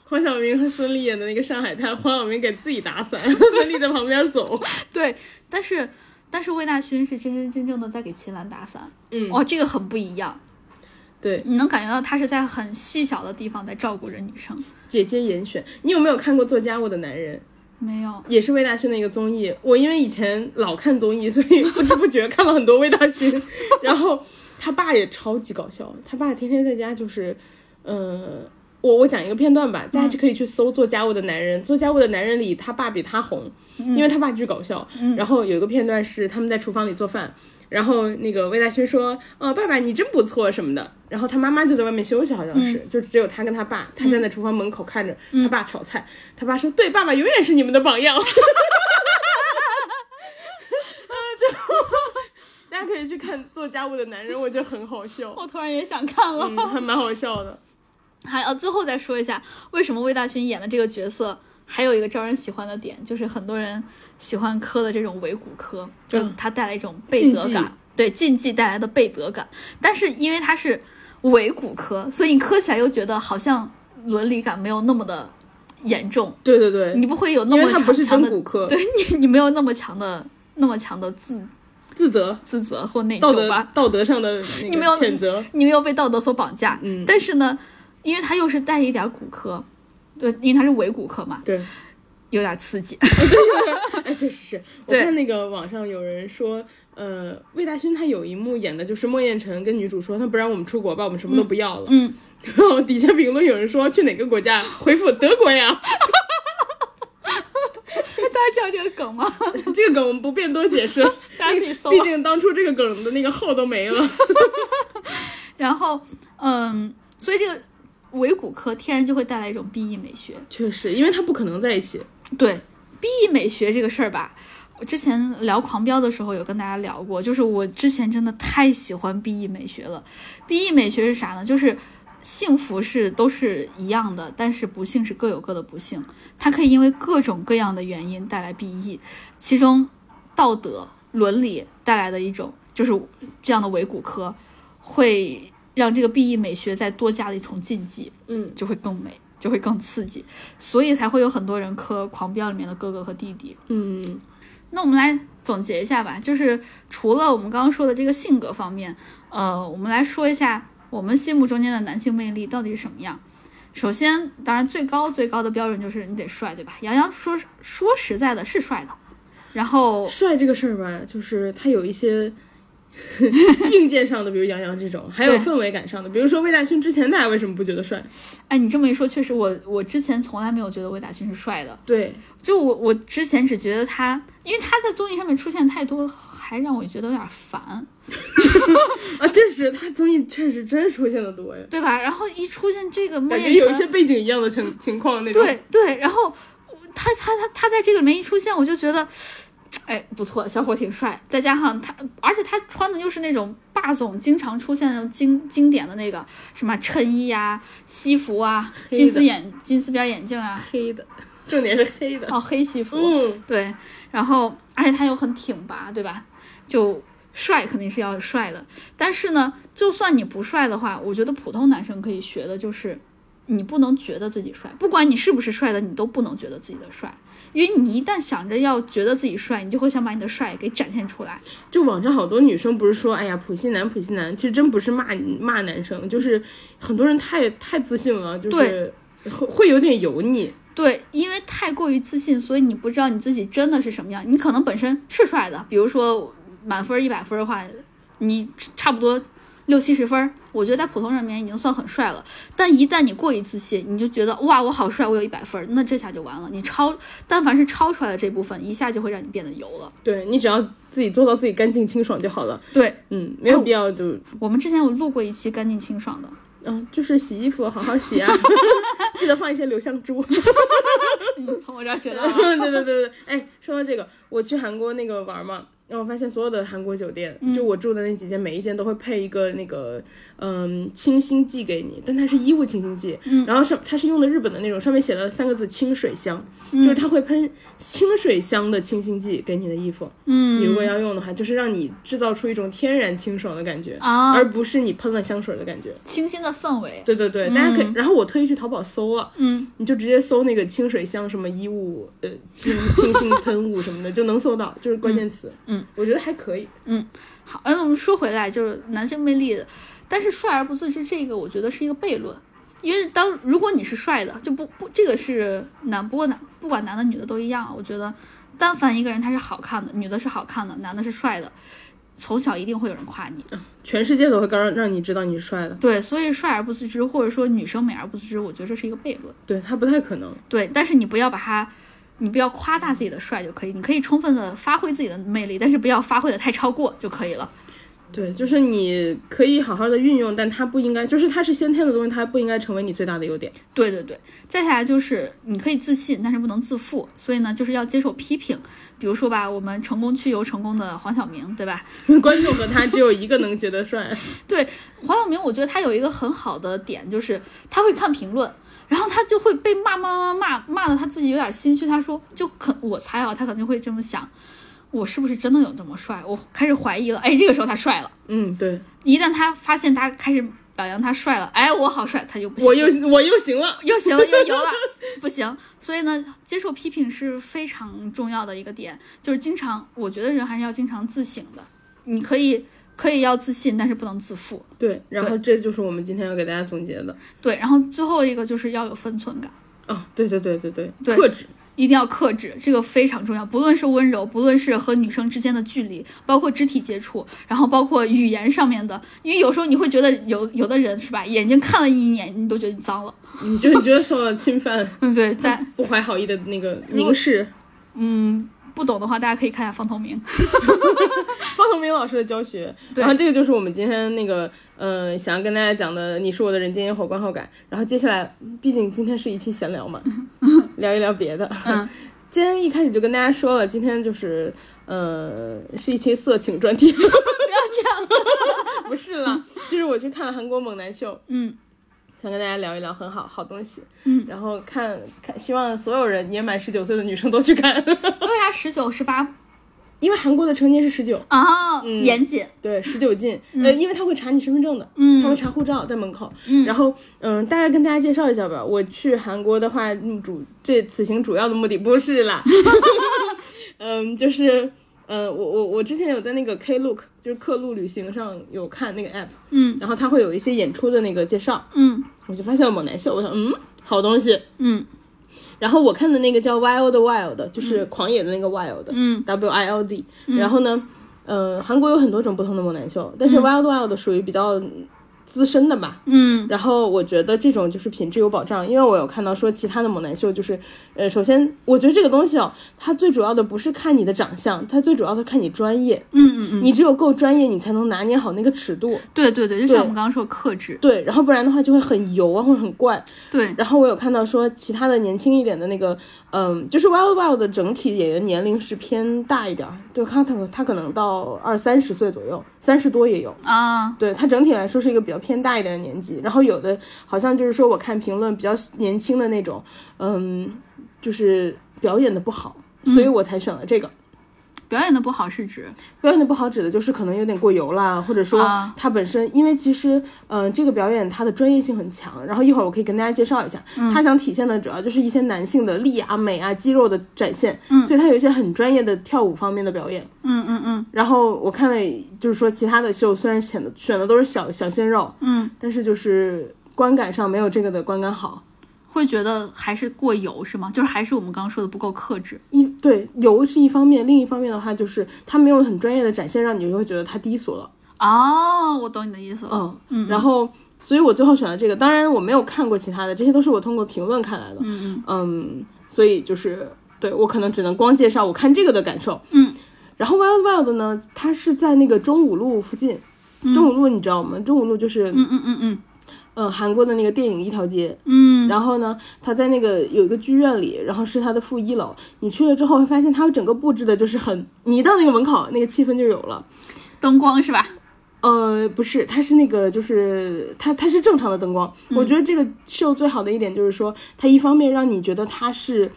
B: 黄晓明和孙俪演的那个《上海滩》，黄晓明给自己打伞，孙俪在旁边走。
A: 对，但是但是魏大勋是真真正正的在给秦岚打伞，
B: 嗯
A: 哇、这个很不一样，
B: 对，
A: 你能感觉到他是在很细小的地方在照顾着女生。
B: 姐姐严选，你有没有看过《做家务的男人
A: 没有》？，
B: 也是魏大勋的一个综艺。我因为以前老看综艺，所以不知不觉看了很多魏大 勋。然后他爸也超级搞笑，他爸天天在家就是，呃。我我讲一个片段吧，大家就可以去搜《做家务的男人》。做家务的男人里，他爸比他红，因为他爸巨搞笑。然后有一个片段是他们在厨房里做饭，然后那个魏大勋说：“呃，爸爸你真不错什么的。”然后他妈妈就在外面休息，好像是，就只有他跟他爸，他站在厨房门口看着他爸炒菜。他爸说：“对，爸爸永远是你们的榜 样。”啊，这大家可以去看《做家务的男人》，我觉得很好笑，
A: 我突然也想看了。
B: 嗯，还蛮好笑的。
A: 还呃，最后再说一下，为什么魏大勋演的这个角色还有一个招人喜欢的点，就是很多人喜欢磕的这种伪骨科，就是它带来一种背德
B: 嗯禁
A: 感，
B: 忌
A: 对禁忌带来的背德感。但是因为它是伪骨科，所以你磕起来又觉得好像伦理感没有那么的严重，
B: 对对对，
A: 你不会有那
B: 因
A: 么
B: 为他不是
A: 强强
B: 真
A: 的，
B: 骨科，
A: 对你你没有那么强的那么强的自
B: 自责、
A: 自责或内
B: 道
A: 疚
B: 德
A: 吧。、
B: 道德上的
A: 你
B: 那
A: 没
B: 个
A: 有
B: 谴责。
A: 你没有被道德所绑架。
B: 嗯
A: 但是呢，因为它又是带一点骨科，对，因为它是伪骨科嘛，
B: 对，
A: 有点刺 激。
B: 哎，确实是。我
A: 对
B: 看那个网上有人说，呃，魏大勋他有一幕演的就是莫彦辰跟女主说，他不让我们出国吧，我们什么都不要了。
A: 嗯，
B: 然后底下评论有人说去哪个国家，回复德国呀。
A: 大家知道这个梗 吗？
B: 这个梗我们不便多 解释，
A: 大家自己搜啊
B: 毕竟当初这个梗的那个号都没 了。
A: 然后，嗯，所以这个伪骨科天然就会带来一种 B E 美学。
B: 确实，因为他不可能在一起。
A: 对 B E 美学这个事儿吧。我之前聊《狂飙》的时候有跟大家聊过，就是我之前真的太喜欢 B E 美学了。B E 美学是啥呢？就是幸福是都是一样的，但是不幸是各有各的不幸，它可以因为各种各样的原因带来 B E，其中道德伦理带来的一种就是这样的伪骨科，会让这个 B E 美学再多加了一重禁忌。
B: 嗯，
A: 就会更美，就会更刺激，所以才会有很多人磕《狂飙》里面的哥哥和弟弟。
B: 嗯，
A: 那我们来总结一下吧，就是除了我们刚刚说的这个性格方面，呃，我们来说一下我们心目中间的男性魅力到底是什么样。首先，当然最高最高的标准就是你得帅，对吧？杨洋说说实在的，是帅的。然后
B: 帅这个事儿吧，就是他有一 些硬件上的，比如杨洋这种，还有
A: 对
B: 氛围感上的，比如说魏大勋之前大家为什么不觉得帅？
A: 哎，你这么一说，确实我我之前从来没有觉得魏大勋是帅的，
B: 对，
A: 就我我之前只觉得他，因为他在综艺上面出现太多，还让我觉得有点烦，
B: 啊，确实，他综艺确实真出现的多呀，
A: 对吧？然后一出现这个莫
B: 感
A: 言
B: 觉有一些背景一样的情情况那种。，
A: 对对，然后他他他他在这个里面一出现，我就觉得，哎，不错，小伙挺帅。再加上他，而且他穿的又是那种霸总经常出现的经经典的那个什么衬衣啊、西服啊、
B: 黑
A: 金
B: 的
A: 丝眼、金丝边眼镜啊，
B: 黑的，重点是黑的。
A: 哦，黑西服，
B: 嗯，
A: 对，然后而且他又很挺拔，对吧？就帅肯定是要帅的，但是呢，就算你不帅的话，我觉得普通男生可以学的就是，你不能觉得自己帅，不管你是不是帅的，你都不能觉得自己的帅，因为你一旦想着要觉得自己帅，你就会想把你的帅给展现出来。
B: 就网上好多女生不是说，哎呀，普信男，普信男，其实真不是骂骂男生，就是很多人太太自信了，就是会会有点油腻。
A: 对，因为太过于自信，所以你不知道你自己真的是什么样。你可能本身是帅的，比如说满分一百分的话，你差不多六七十分儿，我觉得在普通人面前已经算很帅了。但一旦你过于自信，你就觉得哇，我好帅，我有一百分儿，那这下就完了。你超，但凡是超出来的这部分，一下就会让你变得油了。
B: 对你只要自己做到自己干净清爽就好了，
A: 对
B: 嗯，没有必要就
A: 我们之前有录过一期干净清 爽的，
B: 嗯、就是洗衣服好好洗 啊，记得放一些留香珠。
A: 你嗯从我这儿学到了。
B: 对对对对，哎，说到这个，我去韩国那个玩嘛，然后我发现所有的韩国酒店，
A: 嗯
B: 就我住的那几间，每一间都会配一个那个嗯清新剂给你，但它是衣物清新剂，
A: 嗯
B: 然后上它是用的日本的那种，上面写了三个字清水香，
A: 嗯
B: 就是它会喷清水香的清新剂给你的衣服，
A: 嗯，
B: 你如果要用的话，就是让你制造出一种天然清爽的感觉，
A: 啊
B: 而不是你喷了香水的感觉。
A: 清新的氛围，
B: 对对对，大家可以，然后我特意去淘宝搜啊了，
A: 嗯，
B: 你就直接搜那个清水香什么衣物，呃，清清新喷雾什么的，就能搜到，就是关键词。
A: 嗯，
B: 我觉得还可以。
A: 好，那嗯我们说回来，就是男性魅力，但是帅而不自知，这个我觉得是一个悖论，因为当如果你是帅的，就不不，这个是男，不过男不管男的女的都一样啊，我觉得，但凡一个人他是好看的，女的是好看的，男的是帅的，从小一定会有人夸你，
B: 全世界都会刚让让你知道你是帅的，
A: 对，所以帅而不自知，或者说女生美而不自知，我觉得这是一个悖论，
B: 对他不太可能。
A: 对，但是你不要把它。你不要夸大自己的帅就可以，你可以充分的发挥自己的魅力，但是不要发挥的太超过就可以了。
B: 对，就是你可以好好的运用，但他不应该，就是他是先天的东西，他不应该成为你最大的优点。
A: 对对对，再下来就是你可以自信，但是不能自负，所以呢，就是要接受批评。比如说吧，我们成功去游成功的黄晓明，对吧？
B: 观众和他只有一个能觉得帅，
A: 对黄晓明，我觉得他有一个很好的点，就是他会看评论，然后他就会被骂骂骂骂骂的，他自己有点心虚。他说，就可我猜啊，他肯定会这么想，我是不是真的有这么帅？我开始怀疑了，哎，这个时候他帅了。
B: 嗯，对
A: 一旦他发现他开始表扬他帅了，哎，我好帅，他就不行
B: 我
A: 了
B: 又我又行了。
A: 又行了又油了，不行。所以呢，接受批评是非常重要的一个点，就是经常，我觉得人还是要经常自省的。你可以可以要自信，但是不能自负。
B: 对，然后这就是我们今天要给大家总结的。
A: 对，然后最后一个就是要有分寸感，
B: 哦，对对对对对，
A: 对
B: 克制。
A: 一定要克制，这个非常重要。不论是温柔，不论是和女生之间的距离，包括肢体接触，然后包括语言上面的，因为有时候你会觉得有有的人是吧，眼睛看了你一眼，你都觉得你脏了。
B: 你就你觉得受到侵犯，
A: 嗯，对，但
B: 不怀好意的那个凝视，
A: 嗯，不懂的话，大家可以看一下方同明。
B: 方同明老师的教学。
A: 对
B: 然后这个就是我们今天那个，嗯，想要跟大家讲的，你是我的人间烟火观后感。然后接下来，毕竟今天是一期闲 聊嘛，聊一聊别的。
A: 嗯，
B: 今天一开始就跟大家说了，今天就是，呃，是一期色情专题。
A: 不要这样子。
B: 不是 啦，就是我去看了韩国猛男秀，
A: 嗯
B: 想跟大家聊一聊很好好东西。
A: 嗯，
B: 然后看看，希望所有人年满十九岁的女生都去看，
A: 为啥啊十九十八
B: 因为韩国的成年是十九。
A: 啊？严谨，
B: 对，十九禁，呃，因为他会查你身份证的，
A: 嗯
B: 他会查护照在门口，
A: 嗯
B: 然后，嗯、大概跟大家介绍一下吧。我去韩国的话，嗯主这此行主要的目的不 是啦，嗯，就是，呃，我我我之前有在那个 Klook，就是客路旅行上有看那个 app，
A: 嗯
B: 然后它会有一些演出的那个介绍，
A: 嗯
B: 我就发现了猛男秀，我想，嗯，好东西。
A: 嗯
B: 然后我看的那个叫 Wild Wild，就是狂野的那个 Wild，
A: 嗯
B: W I L D。然后呢，呃，韩国有很多种不同的猛男秀，但是 Wild Wild 属于比较资深的吧。
A: 嗯
B: 然后我觉得这种就是品质有保障，因为我有看到说其他的猛男秀就是，呃，首先我觉得这个东西哦，它最主要的不是看你的长相，它最主要的看你专业，
A: 嗯嗯嗯，
B: 你只有够专业，你才能拿捏好那个尺度。
A: 对对对，就像我们刚刚说克制，
B: 对，然后不然的话就会很油啊，或者很怪。
A: 对，
B: 然后我有看到说，其他的年轻一点的那个，嗯，就是 Wild Wild 的整体演员年龄是偏大一点儿，就他他他可能到二三十岁左右，三十多也有。
A: 啊，
B: 对他整体来说是一个比较偏大一点的年纪，然后有的好像就是说我看评论比较年轻的那种，嗯，就是表演的不好，所以我才选了这个。
A: 表演的不好是指
B: 表演的不好指的就是可能有点过油啦，或者说
A: 啊
B: 他本身，因为其实，嗯、这个表演它的专业性很强，然后一会儿我可以跟大家介绍一下，他想体现的主要就是一些男性的力啊、美啊、肌肉的展现，所以他有一些很专业的跳舞方面的表演。
A: 嗯嗯嗯
B: 然后我看了，就是说其他的秀虽然选的选的都是小小鲜肉，
A: 嗯，
B: 但是就是观感上没有这个的观感好。
A: 会觉得还是过油是吗？就是还是我们刚刚说的不够克制。
B: 一对油是一方面，另一方面的话就是他没有很专业的展现，让你就会觉得他低俗了。
A: 哦，我懂你的意思了。
B: 嗯，然后所以我最后选了这个，当然我没有看过其他的，这些都是我通过评论看来的。
A: 嗯嗯
B: 嗯，所以就是对我可能只能光介绍我看这个的感受。
A: 嗯，
B: 然后 Wild Wild 呢，它是在那个中五路附近。中五路你知道吗？中五路就是
A: 嗯嗯嗯嗯
B: 呃韩国的那个电影一条街。
A: 嗯，
B: 然后呢，它在那个有一个剧院里，然后是它的负一楼。你去了之后，会发现它整个布置的就是很，你一到那个门口，那个气氛就有了。
A: 灯光是吧？
B: 呃，不是，它是那个，就是它它是正常的灯光。我觉得这个秀最好的一点就是说，它一方面让你觉得它是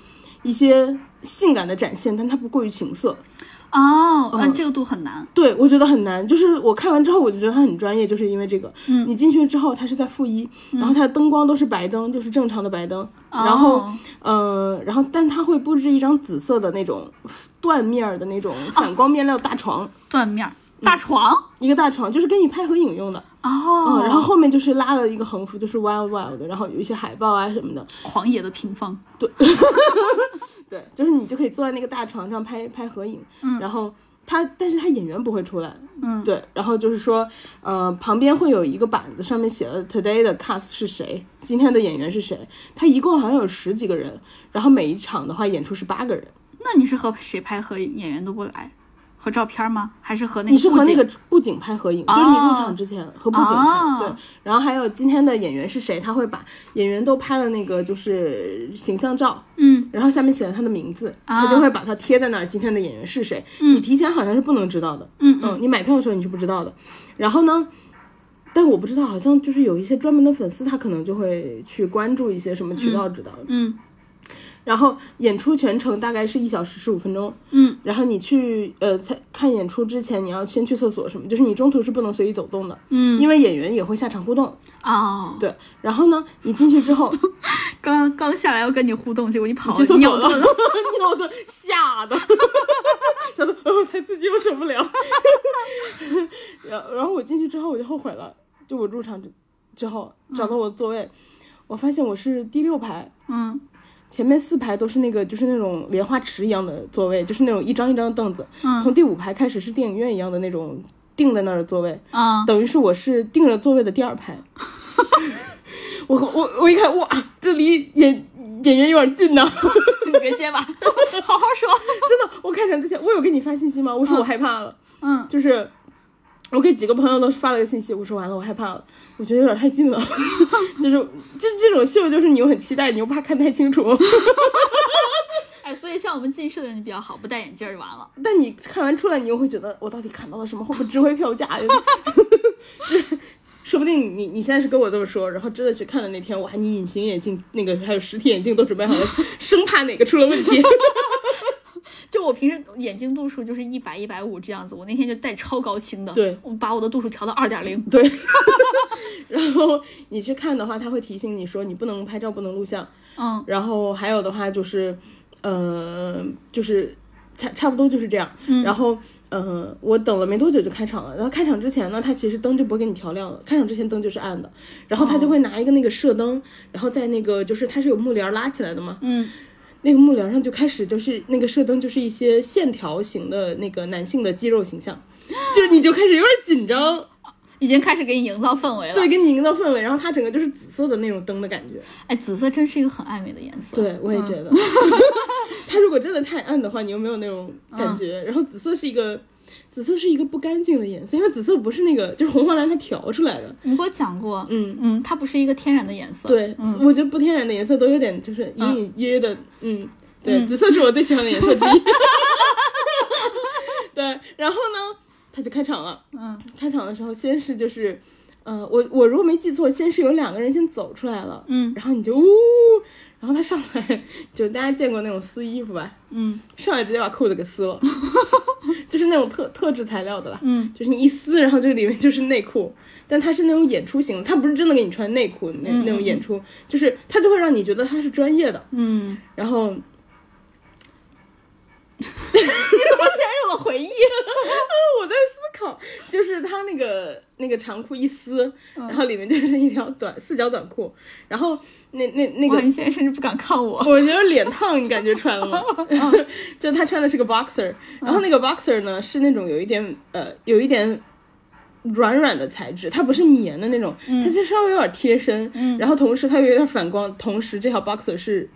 B: 一些性感的展现，但它不过于情色。
A: 哦，
B: 嗯
A: 那这个度很难。
B: 对，我觉得很难，就是我看完之后我就觉得它很专业，就是因为这个。
A: 嗯
B: 你进去之后，它是在负一，然后它的灯光都是白灯，就是正常的白灯。然后
A: 哦
B: 呃，然后但它会布置一张紫色的那种缎面儿的那种
A: 哦
B: 反光面料大床，
A: 缎面儿大床。
B: 一个大床就是给你拍合影用的。
A: 哦，
B: 嗯，然后后面就是拉了一个横幅，就是 Wild Wild 的，然后有一些海报啊什么的。
A: 狂野的屏风。
B: 对，就是你就可以坐在那个大床上拍拍合影。嗯，然后他，但是他演员不会出来。
A: 嗯，
B: 对，然后就是说，呃，旁边会有一个板子，上面写了 Today 的 cast 是谁，今天的演员是谁。他一共好像有十几个人，然后每一场的话演出是八个人。
A: 那你是和谁拍合影？演员都不来，和照片吗？还是和那个
B: 你是和
A: 布
B: 那
A: 景
B: 个布景拍合影，就是你入场之前和布景
A: 哦
B: 拍，对。然后还有今天的演员是谁，他会把演员都拍了那个就是形象照，
A: 嗯
B: 然后下面写了他的名字，
A: 啊
B: 他就会把它贴在那儿。今天的演员是谁？你提前好像是不能知道的，
A: 嗯
B: 嗯，你买票的时候你是不知道的。然后呢，但我不知道，好像就是有一些专门的粉丝，他可能就会去关注一些什么渠道知道。
A: 嗯
B: 然后演出全程大概是一小时十五分钟，
A: 嗯
B: 然后你去呃在看演出之前，你要先去厕所什么，就是你中途是不能随意走动的，
A: 嗯
B: 因为演员也会下场互动。
A: 哦，
B: 对，然后呢，你进去之后
A: 刚刚下来要跟你互动，结果你跑
B: 去厕所
A: 尿
B: 了，
A: 遁
B: 尿的吓的， 想说哦太刺激，我受不了。 然后然后我进去之后我就后悔了，就我入场之之后找到我的座位，我发现我是第六排。
A: 嗯
B: 前面四排都是那个，就是那种莲花池一样的座位，就是那种一张一张的凳子。
A: 嗯
B: 从第五排开始是电影院一样的那种定在那儿的座位，
A: 啊
B: 等于是我是定了座位的第二 排。我我我一看，哇，这离演演员有点近呢、
A: 你别结 巴， 好好说。
B: 真的，我开场之前我有给你发信息吗？我说我害怕了，
A: 嗯，
B: 就是我给几个朋友都发了个信息，我说完了，我害怕了，我觉得有点太近了， 就是这这种秀就是你又很期待，你又怕看太清楚，
A: 哎，所以像我们近视的人就比较好，不戴眼镜儿就完了。
B: 但你看完出来，你又会觉得我到底看到了什么，会不会值回票价？ 就是说不定你你现在是跟我这么说，然后真的去看的那天，哇，你隐形眼镜那个还有实体眼镜都准备好了，生怕哪个出了问题。
A: 就我平时眼睛度数就是一百、一百五这样子，我那天就戴超高清的，
B: 对
A: 我把我的度数调到二点零。
B: 对， 然后你去看的话，他会提醒你说你不能拍照，不能录像。
A: 嗯
B: 然后还有的话就是，呃，就是差差不多就是这样。然后，呃，我等了没多久就开场了。然后开场之前呢，它其实灯就不会给你调亮了，开场之前灯就是暗的。然后他就会拿一个那个射灯，然后在那个就是它是有幕帘拉起来的嘛，
A: 嗯
B: 那个幕帘上就开始就是那个射灯就是一些线条型的那个男性的肌肉形象，就你就开始有点紧张。
A: 已经开始给你营造氛围了。
B: 对，，给你营造氛围，然后它整个就是紫色的那种灯的感觉。
A: 哎，紫色真是一个很暧昧的颜色。，
B: 对，我也觉得， 它如果真的太暗的话，你又没有那种感觉。然后紫色是一个，紫色是一个不干净的颜色，因为紫色不是那个，就是红黄蓝它调出来的。
A: 你给我讲过，
B: 嗯
A: 嗯，它不是一个天然的颜色。，嗯
B: 对，我觉得不天然的颜色都有点就是隐隐约约的，嗯，对，紫色是我最喜欢的颜色之一。 对，然后呢，他就开场了。
A: 嗯
B: 开场的时候，先是就是，呃，我我如果没记错，先是有两个人先走出来了，
A: 嗯
B: 然后你就呜，然后他上来就大家见过那种撕衣服吧，
A: 嗯
B: 上来直接把裤子给撕 了，就是那种特特制材料的啦，
A: 嗯
B: 就是你一撕，然后这个里面就是内裤，但它是那种演出型的，它不是真的给你穿内裤那那种演出，就是它就会让你觉得它是专业的，
A: 嗯，你
B: 然后
A: 怎么陷入了回 忆？
B: 我在思考，就是他那个那个长裤一撕，然后里面就是一条短四角短裤，然后那那那
A: 哇，
B: 个，
A: 你现在甚至不敢看我。
B: 我觉得脸烫，你感觉穿 了吗？
A: 哦
B: 就他穿的是个 boxer，
A: 嗯
B: 然后那个 boxer 呢是那种有一点呃有一点。软软的材质，它不是棉的那种，它就稍微有点贴身，
A: 嗯
B: 然后同时它又有点反光，同时这条 boxer 是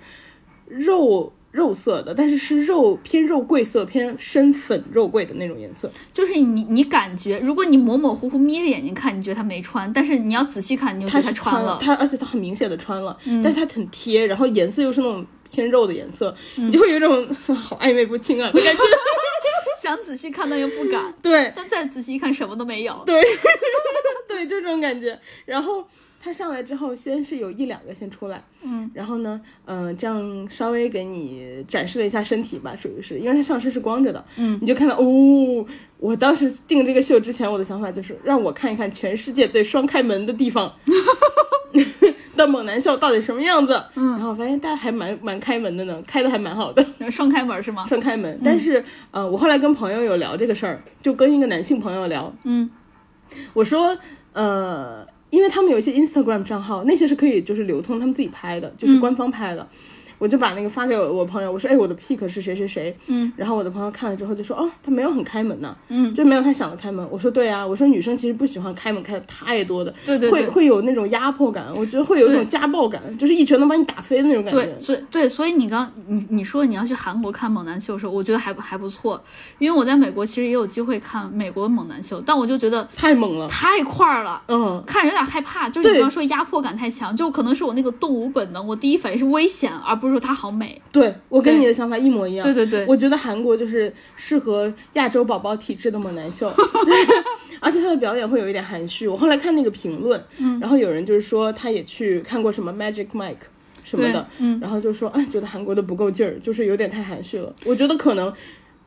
B: 肉肉色的，但是是肉偏肉桂色，偏深粉肉桂的那种颜色，
A: 就是你，你感觉，如果你模模糊糊眯着眼睛看，你觉得他没穿，但是你要仔细看，你就觉
B: 它
A: 得
B: 是
A: 他穿了。嗯
B: 它而且它很明显的穿了，但是它很贴，然后颜色又是那种偏肉的颜色，
A: 嗯
B: 你就会有一种 啊好暧昧不清啊 的感觉。
A: 想仔细看，但又不 敢，
B: 对
A: 但再仔细一看，什么都没有。
B: 对 对，就这种感觉。然后他上来之后，先是有一两个先出来，
A: 嗯，
B: 然后呢，呃，这样稍微给你展示了一下身体吧，属于是，因为它上身是光着的，
A: 嗯，
B: 你就看到哦，我当时定这个秀之前，我的想法就是让我看一看全世界最双开门的地方 的猛男秀到底什么样子，嗯，然后发现大家还蛮蛮开门的呢，开的还蛮好的。
A: 双开门是吗？
B: 双开门，但是、呃，我后来跟朋友有聊这个事儿，就跟一个男性朋友聊，
A: 嗯
B: 我说，呃，因为他们有一些 Instagram 账号，那些是可以就是流通，他们自己拍的，就是
A: 嗯
B: 官方拍的。我就把那个发给我我朋友，我说，哎，我的 pick 是谁谁谁。
A: 嗯
B: 然后我的朋友看了之后就说，哦，他没有很开门呐、
A: 嗯，
B: 就没有他想的开门。我说，对啊，我说女生其实不喜欢开门开的太多的，
A: 对对对
B: 会会有那种压迫感，我觉得会有一种家暴感，就是一拳能把你打飞的那种感觉
A: 对，。所以对，所以你刚你你说你要去韩国看猛男秀的时候，我觉得还不还不错，因为我在美国其实也有机会看美国猛男秀，但我就觉得
B: 太猛了，
A: 太块儿了。
B: 嗯，
A: 看着有点害怕，就是你
B: 对
A: 刚刚说压迫感太强，就可能是我那个动物本能，我第一反应是危险，而不是说它好美。
B: 对我跟
A: 对
B: 你的想法一模一样。
A: 对对对，
B: 我觉得韩国就是适合亚洲宝宝体质的猛男秀，就是而且他的表演会有一点含蓄。我后来看那个评论，
A: 嗯
B: 然后有人就是说他也去看过什么 Magic Mike 什么的，
A: 对嗯
B: 然后就说哎，觉得韩国的不够劲儿，就是有点太含蓄了。我觉得可能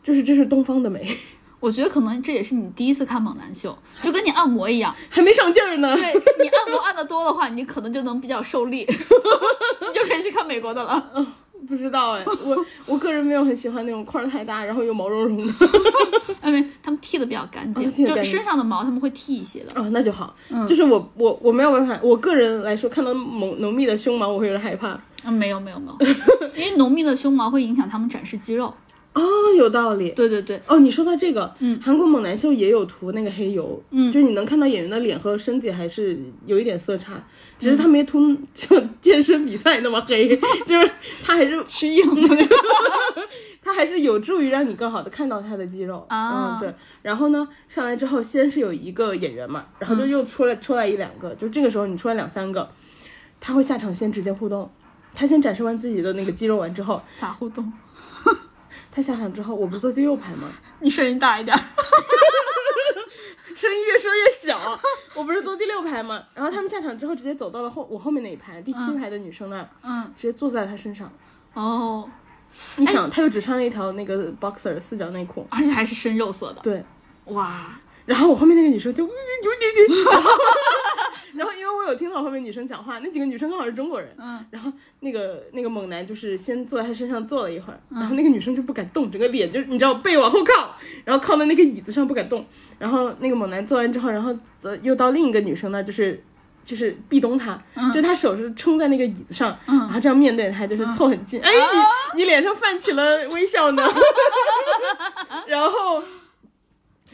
B: 就是这是东方的美，
A: 我觉得可能这也是你第一次看猛男秀，就跟你按摩一样，
B: 还没上劲儿呢。
A: 对你按摩按的多的话，你可能就能比较受力， 你就可以去看美国的 了。
B: 不知道哎， 我我个人没有很喜欢那种块儿太大，然后又毛茸茸的。
A: 因为哎他们剃的比较干净，
B: 哦剃得
A: 就
B: 干净
A: 身上的毛他们会剃一些的。
B: 哦，那就好。
A: 嗯
B: 就是我我我没有办法，我个人来说看到浓浓密的胸毛，我会有点害怕。
A: 嗯，没有没有没有， 因为浓密的胸毛会影响他们展示肌肉。
B: 哦，有道理。
A: 对对对，
B: 哦，你说到这个，
A: 嗯，
B: 韩国猛男秀也有涂那个黑油，
A: 嗯
B: 就是你能看到演员的脸和身体还是有一点色
A: 嗯
B: 差，只是他没涂就健身比赛那么黑， 就是他还是
A: 去硬的。
B: 他还是有助于让你更好的看到他的肌肉
A: 啊
B: 嗯，对。然后呢，上来之后先是有一个演员嘛，然后
A: 嗯
B: 就又出来、出来一两个，就这个时候你出来两三个，他会下场先直接互动，他先展示完自己的那个肌肉完之后，
A: 咋互动？
B: 他下场之后，我不是坐第六排吗？
A: 你声音大一点。
B: 声音越说越小。 我不是坐第六排嘛，然后他们下场之后直接走到了后我后面那一排，第七排的女生那儿，
A: 嗯，
B: 直接坐在她身上。
A: 哦，
B: 你想，她又只穿了一条那个 boxer 四角内裤，
A: 而且还是深肉色的。
B: 对。
A: 哇，
B: 然后我后面那个女生就，然后 然后因为我有听到后面女生讲话，那几个女生刚好是中国人，
A: 嗯，
B: 然后那个那个猛男就是先坐在她身上坐了一会儿，然后那个女生就不敢动，整个脸就是你知道背往后靠，然后靠在那个椅子上不敢动。然后那个猛男坐完之后，然后呃又到另一个女生那，就是就是壁咚她，就她手是撑在那个椅子上，
A: 嗯
B: 然后这样面对她，就是凑很近。哎，
A: 啊
B: 你你脸上泛起了微 笑呢。然后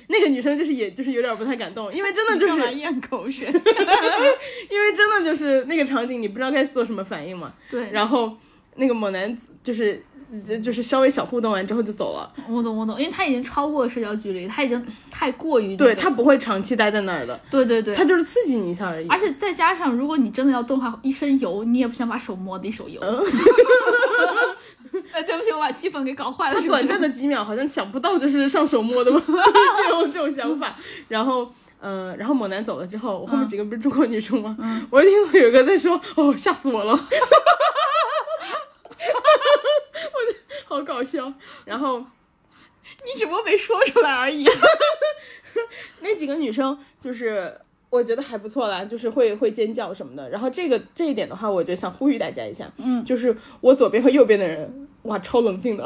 B: 那个女生就是也就是有点不太敢动，因为真的就是
A: 干嘛咽口水？
B: 因为真的就是那个场景，你不知道该做什么反应嘛。
A: 对，
B: 然后那个猛男就是就就是稍微小互动完之后就走了，
A: 我懂我懂，因为他已经超过社交距离，他已经太过于那
B: 对
A: 个
B: 他不会长期待在那儿的，
A: 对对对
B: 他，就是刺激你一下而已。
A: 而且再加上如果你真的要动画一身油，你也不想把手摸的一手油。 哎，对不起，我把气氛给搞坏了，
B: 他
A: 是不是
B: 短暂的几秒好像想不到就是上手摸的吧，这种这种想法。然后呃，然后猛男走了之后，我后
A: 嗯
B: 面几个不是中国女生吗？我就听到有一个在说，哦，吓死我了， 我就好搞笑。然后
A: 你只不过没说出来而已。
B: 那几个女生就是我觉得还不错啦，就是会会尖叫什么的。然后这个这一点的话，我觉得想呼吁大家一下，
A: 嗯，
B: 就是我左边和右边的人，哇，超冷静的。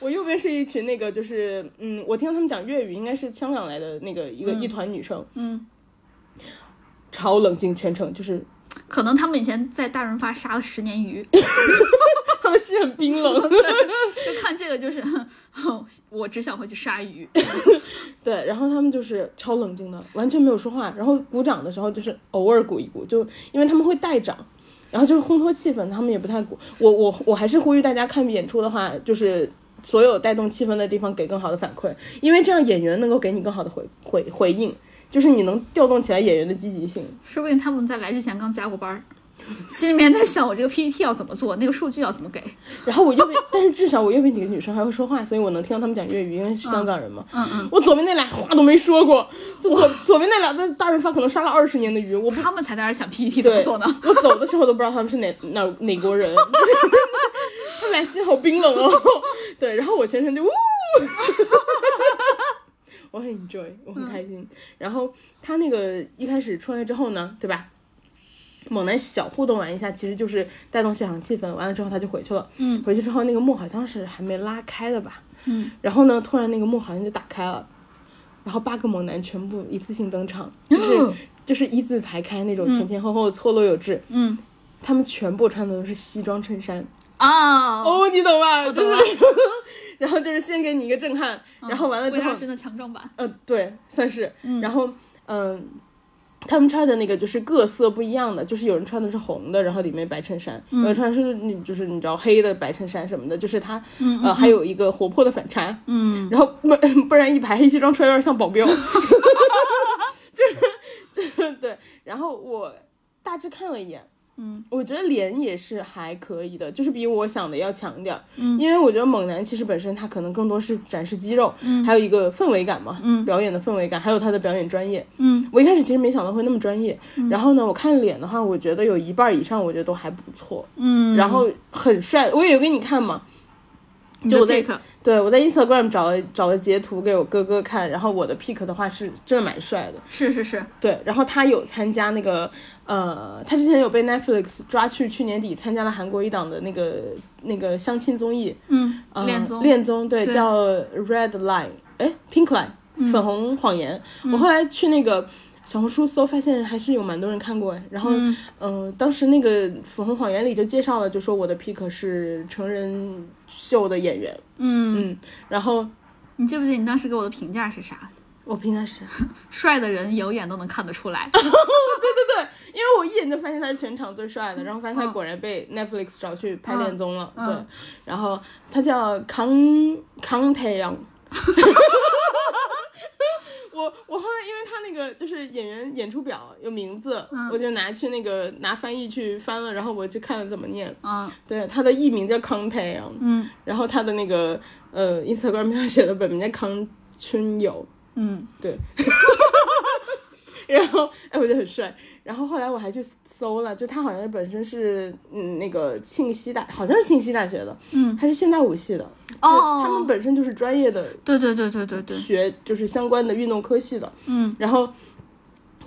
B: 我右边是一群那个，就是嗯，我听他们讲粤语，应该是香港来的那个一个、一团女生，
A: 嗯，
B: 超冷静，全程就是
A: 可能他们以前在大润发杀了十年 鱼，
B: 他们心很冰冷。
A: 就看这个就是， 哼我只想回去杀鱼。
B: 对，然后他们就是超冷静的，完全没有说话。然后鼓掌的时候就是偶尔鼓一鼓，就因为他们会带掌，然后就是烘托气氛，他们也不太鼓。我我我还是呼吁大家看演出的话，就是所有带动气氛的地方给更好的反馈，因为这样演员能够给你更好的回回回应，就是你能调动起来演员的积极性。
A: 说不定他们在来之前刚加过班儿，心里面在想我这个 PPT 要怎么做，那个数据要怎么给。
B: 然后我右边，但是至少我右边几个女生还会说话，所以我能听到他们讲粤语，因为是香港人嘛。
A: 嗯嗯，
B: 我左边那俩话都没说过，就左左边那俩在大润发可能杀了二十年的鱼，我不
A: 他们才在那儿想 PPT 怎
B: 对，
A: 么做呢？
B: 我走的时候都不知道他们是哪哪哪国人， 他们俩心好冰冷哦。对，然后我全程就呜， 我很 enjoy，我
A: 嗯
B: 很开心。然后他那个一开始出来之后呢，对吧？猛男小互动完一下，其实就是带动现场气氛。完了之后他就回去了，
A: 嗯，
B: 回去之后那个幕好像是还没拉开的吧，
A: 嗯，
B: 然后呢，突然那个幕好像就打开了，然后八个猛男全部一次性登场，就是就是一字排开那种前前后后错落有致，
A: 嗯
B: 他们全部穿的都是西装衬衫。
A: 啊，
B: 哦，你懂吧？
A: 懂
B: 就是， 然后就是先给你一个震撼，然后哦完了之
A: 魏
B: 后
A: 大，勋的强壮版。
B: 呃，对，算是，
A: 嗯
B: 然后嗯、他们穿的那个就是各色不一样的，就是有人穿的是红的，然后里面白衬衫，
A: 嗯
B: 有人穿的是你就是你知道黑的白衬衫什么的，就是他，
A: 嗯
B: 呃，还有一个活泼的反差，
A: 嗯，
B: 然后不 不然一排黑西装穿有点像 保镖，就是就是 对。然后我大致看了一眼，
A: 嗯，
B: 我觉得脸也是还可以的，就是比我想的要强点儿，
A: 嗯，
B: 因为我觉得猛男其实本身他可能更多是展示肌肉，
A: 嗯
B: 还有一个氛围感嘛，
A: 嗯
B: 表演的氛围感，还有他的表演专业。
A: 嗯
B: 我一开始其实没想到会那么专业，然后呢，我看脸的话，我觉得有一半以上我觉得都还不错，
A: 嗯，
B: 然后很帅，我也有给你看嘛，就我在
A: pick
B: 对，我在 Instagram 找了找了截图给我哥哥看，然后我的 pick 的话是真的蛮帅的，
A: 是是是，
B: 对，然后他有参加那个呃，他之前有被 Netflix 抓去去年底参加了韩国一档的那个那个相亲综艺，
A: 嗯，
B: 呃、
A: 恋综，
B: 恋综，对，
A: 对
B: 叫 Red Line，哎，Pink Line，、粉红谎言。我后来去那个小红书搜，发现还是有蛮多人看过哎。然后，嗯、当时那个粉红谎言里就介绍了，就说我的 pick 是成人秀的演员，
A: 嗯，
B: 嗯，然后
A: 你记不记得你当时给我的评价是啥？
B: 我评价是，
A: 帅的人有眼都能看得出 来。
B: 因为我一眼就发现他是全场最帅的，然后发现他果然被 Netflix 找去拍恋综了，
A: 嗯嗯嗯
B: 对，然后他叫康康太阳。 我我后来因为他那个就是演员演出表有名字，
A: 嗯
B: 我就拿去那个拿翻译去翻了，然后我去看了怎么念。
A: 嗯
B: 对，他的艺名叫康太阳，
A: 嗯
B: 然后他的那个呃 Instagram 上写的本名叫康春友，
A: 嗯
B: 然后哎，我觉得很帅。然后后来我还去搜了，就他好像本身是嗯那个庆熙大，好像是庆熙大学的，
A: 嗯，
B: 他是现代舞系的。
A: 哦，
B: 就他们本身就是专业的
A: 对对对对对对，
B: 学，就是相关的运动科系的。
A: 嗯
B: 然后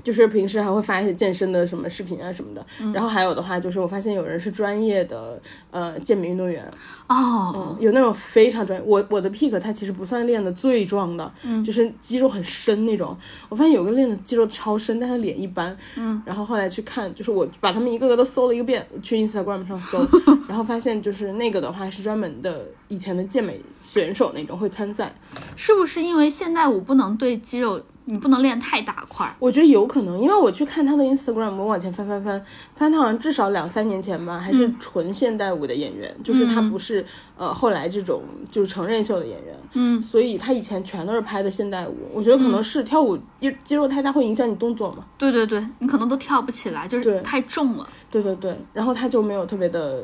B: 就是平时还会发一些健身的什么视频啊什么的。
A: 嗯
B: 然后还有的话就是我发现有人是专业的呃健美运动员，
A: 哦，
B: 有那种非常专业。我我的 pick 他其实不算练的最壮的，
A: 嗯
B: 就是肌肉很深那种。我发现有个练的肌肉超深，但他脸一般。
A: 嗯，
B: 然后后来去看，就是我把他们一个个都搜了一个遍，去 Instagram 上 搜，然后发现就是那个的话是专门的以前的健美选手那种会参赛。
A: 是不是因为现代舞不能对肌肉，你不能练太大块儿？
B: 我觉得有可能，因为我去看他的 Instagram，我往前翻翻翻，发现他好像至少两三年前吧，还是纯现代舞的演员，就是他不是呃后来这种就是成人秀的演员。
A: 嗯
B: 所以他以前全都是拍的现代舞，我觉得可能是跳舞肌肌肉太大会影响你动作嘛，
A: 对对对，你可能都跳不起来，就
B: 对
A: 是太重了。
B: 对对对，然后他就没有特别的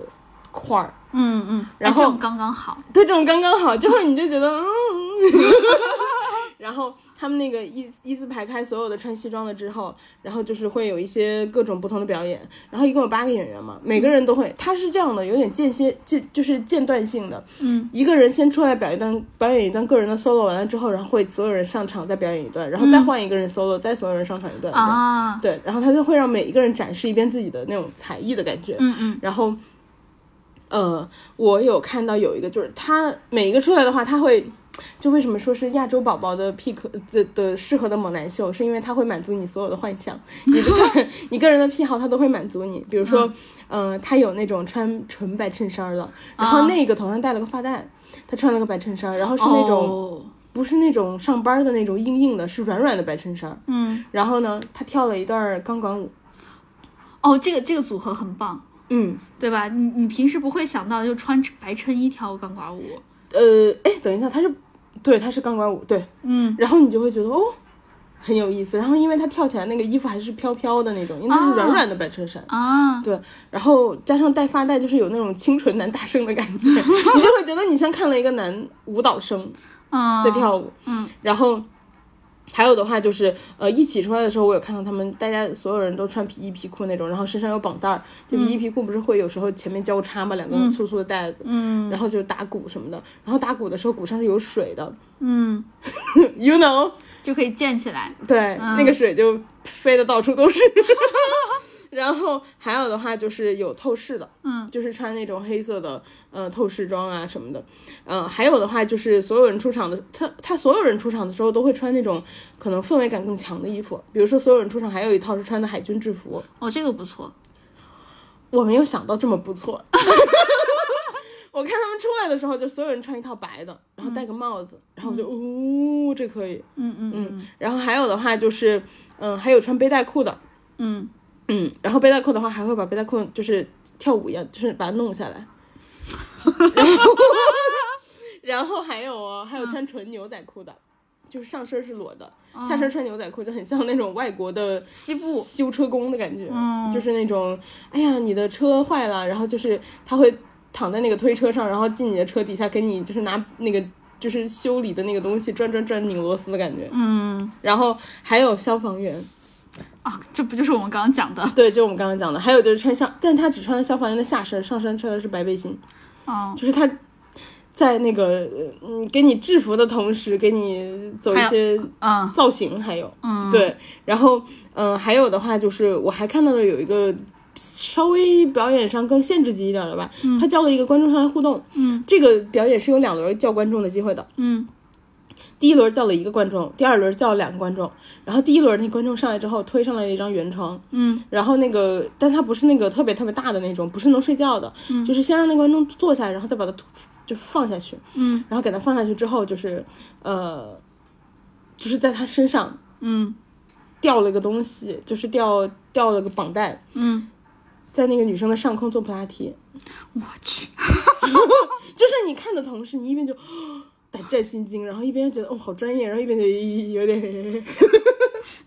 B: 块儿，
A: 嗯嗯，
B: 然
A: 哎
B: 后
A: 这种刚刚好。
B: 对这种刚刚好，就会你就觉得嗯，然后他们那个一一字排开所有的穿西装的之后，然后就是会有一些各种不同的表演，然后一共有八个演员嘛，每个人都会，他是这样的，有点间歇间就是间断性的，
A: 嗯，
B: 一个人先出来表一段表演一段个人的 solo，完了之后，然后会所有人上场再表演一段，然后再换一个人 solo，、再所有人上场一段，这样
A: 嗯啊，
B: 对，然后他就会让每一个人展示一遍自己的那种才艺的感觉，
A: 嗯嗯
B: 然后，呃，我有看到有一个，就是他每一个出来的话，他会，就为什么说是亚洲宝宝的 pick 的的适合的猛男秀，是因为他会满足你所有的幻想，你的个人你个人的癖好他都会满足你。比如说，呃，他有那种穿纯白衬衫的，然后
A: 啊
B: 那个头上戴了个发带，他穿了个白衬衫，然后是那种、
A: 哦
B: 不是那种上班的那种硬硬的，是软软的白衬衫。
A: 嗯
B: 然后呢，他跳了一段钢管舞，
A: 哦，这个这个组合很棒，
B: 嗯。
A: 对吧？你你平时不会想到就穿白衬衣跳钢管舞，
B: 呃，哎，等一下，他是，对，他是钢管舞，对，
A: 嗯
B: 然后你就会觉得哦，很有意思。然后因为他跳起来那个衣服还是飘飘的那种，因为它是软软的白衬衫，
A: 啊，
B: 对，然后加上戴发带，就是有那种清纯男大生的感觉，你就会觉得你像看了一个男舞蹈生
A: 嗯，
B: 在跳舞，
A: 嗯，
B: 然后。还有的话就是，呃，一起出来的时候，我有看到他们大家所有人都穿皮衣皮裤那种，然后身上有绑带儿，就皮衣皮裤不是会有时候前面交叉嘛，两个粗粗的带子，
A: 嗯
B: 然后就打鼓什么的，然后打鼓的时候鼓上是有水的
A: 嗯，
B: ，you know，
A: 就可以溅起来，
B: 对，那个水就飞的到处都是。 然后还有的话就是有透视的，
A: 嗯，
B: 就是穿那种黑色的呃透视装啊什么的，呃，还有的话就是所有人出场的，他他所有人出场的时候都会穿那种可能氛围感更强的衣服，比如说所有人出场还有一套是穿的海军制服，
A: 哦，这个不错，
B: 我没有想到这么不错。 我看他们出来的时候，就所有人穿一套白的，然后戴个帽子，然后我就哦，这可以。
A: 嗯嗯嗯
B: 然后还有的话就是，嗯、还有穿背带裤的，
A: 嗯，
B: 嗯，然后背带裤的话，还会把背带裤就是跳舞一样，就是把它弄下 来。然后，然后还有哦，还有穿纯牛仔裤的，就是上身是裸的，
A: 啊
B: 下身穿牛仔裤，就很像那种外国的
A: 西部
B: 修车工的感觉，
A: 嗯
B: 就是那种，哎呀，你的车坏了，然后就是他会躺在那个推车上，然后进你的车底下给你就是拿那个就是修理的那个东西转转转拧螺丝的感觉，
A: 嗯
B: 然后还有消防员。
A: 啊，这不就是我们刚刚讲的？
B: 对，就是我们刚刚讲的，还有就是穿消，但他只穿了消防员的下身，上身穿的是白背心，
A: 哦，
B: 就是他在那个呃嗯给你制服的同时，给你走一
A: 还有
B: 些
A: 嗯
B: 造型，还有
A: 嗯，
B: 对，然后嗯、呃还有的话就是我还看到了有一个稍微表演上更限制级一点的吧，他叫了一个观众上来互动，
A: 嗯
B: 这个表演是有两轮叫观众的机会的，
A: 嗯
B: 第一轮叫了一个观众，第二轮叫了两个观众，然后第一轮那观众上来之后推上来一张圆床，
A: 嗯
B: 然后那个，但它不是那个特别特别大的那种，不是能睡觉的，
A: 嗯
B: 就是先让那观众坐下来，然后再把它吐就放下去，
A: 嗯
B: 然后给它放下去之后，就是呃，就是在它身上
A: 嗯
B: 掉了个东西，就是掉掉了个绑带，
A: 嗯，
B: 在那个女生的上空做普拉提，
A: 我去，
B: 就是你看的同时，你一边就哦胆战心惊，然后一边觉得哦好专业，然后一边就咦有点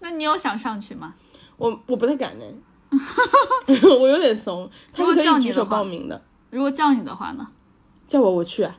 A: 那你有想上去吗？
B: 我我不太敢呢，哎 我有点怂，他是
A: 如果
B: 可
A: 叫
B: 以
A: 你
B: 举
A: 的
B: 手
A: 话
B: 报名的。
A: 如果叫你的话呢？
B: 叫我我去、啊。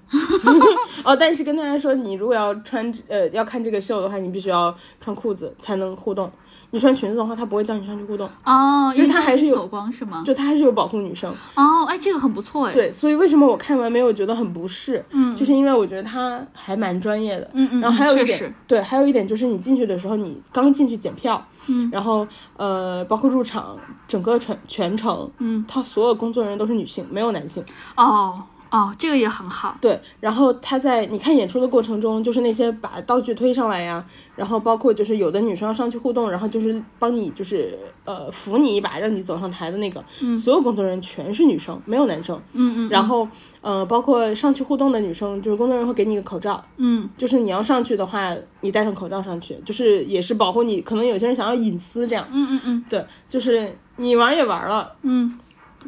B: 哦，但是跟大家说，你如果要穿呃要看这个秀的话，你必须要穿裤子才能互动。你穿裙子的话，他不会叫你上去互动，
A: 哦，
B: 就是
A: 因为
B: 它还是有
A: 走光是吗？
B: 就他还是有保护女生。
A: 哦，哎，这个很不错哎，
B: 对，所以为什么我看完没有觉得很不适？
A: 嗯
B: 就是因为我觉得他还蛮专业的。
A: 嗯嗯，
B: 然后还有一
A: 确
B: 点
A: 实，，
B: 对，还有一点就是你进去的时候，你刚进去检票，
A: 嗯，
B: 然后呃，包括入场，整个全全程，
A: 嗯，
B: 他所有工作人员都是女性，没有男性。
A: 哦哦，这个也很好，
B: 对，然后他在你看演出的过程中，就是那些把道具推上来呀，然后包括就是有的女生要上去互动，然后就是帮你就是呃扶你一把，让你走上台的那个，所有工作人员全是女生，没有男生。
A: 嗯嗯嗯
B: 然后呃，包括上去互动的女生，就是工作人员会给你一个口罩，
A: 嗯
B: 就是你要上去的话，你戴上口罩上去，就是也是保护你。可能有些人想要隐私这样，
A: 嗯嗯嗯
B: 对，就是你玩也玩了，
A: 嗯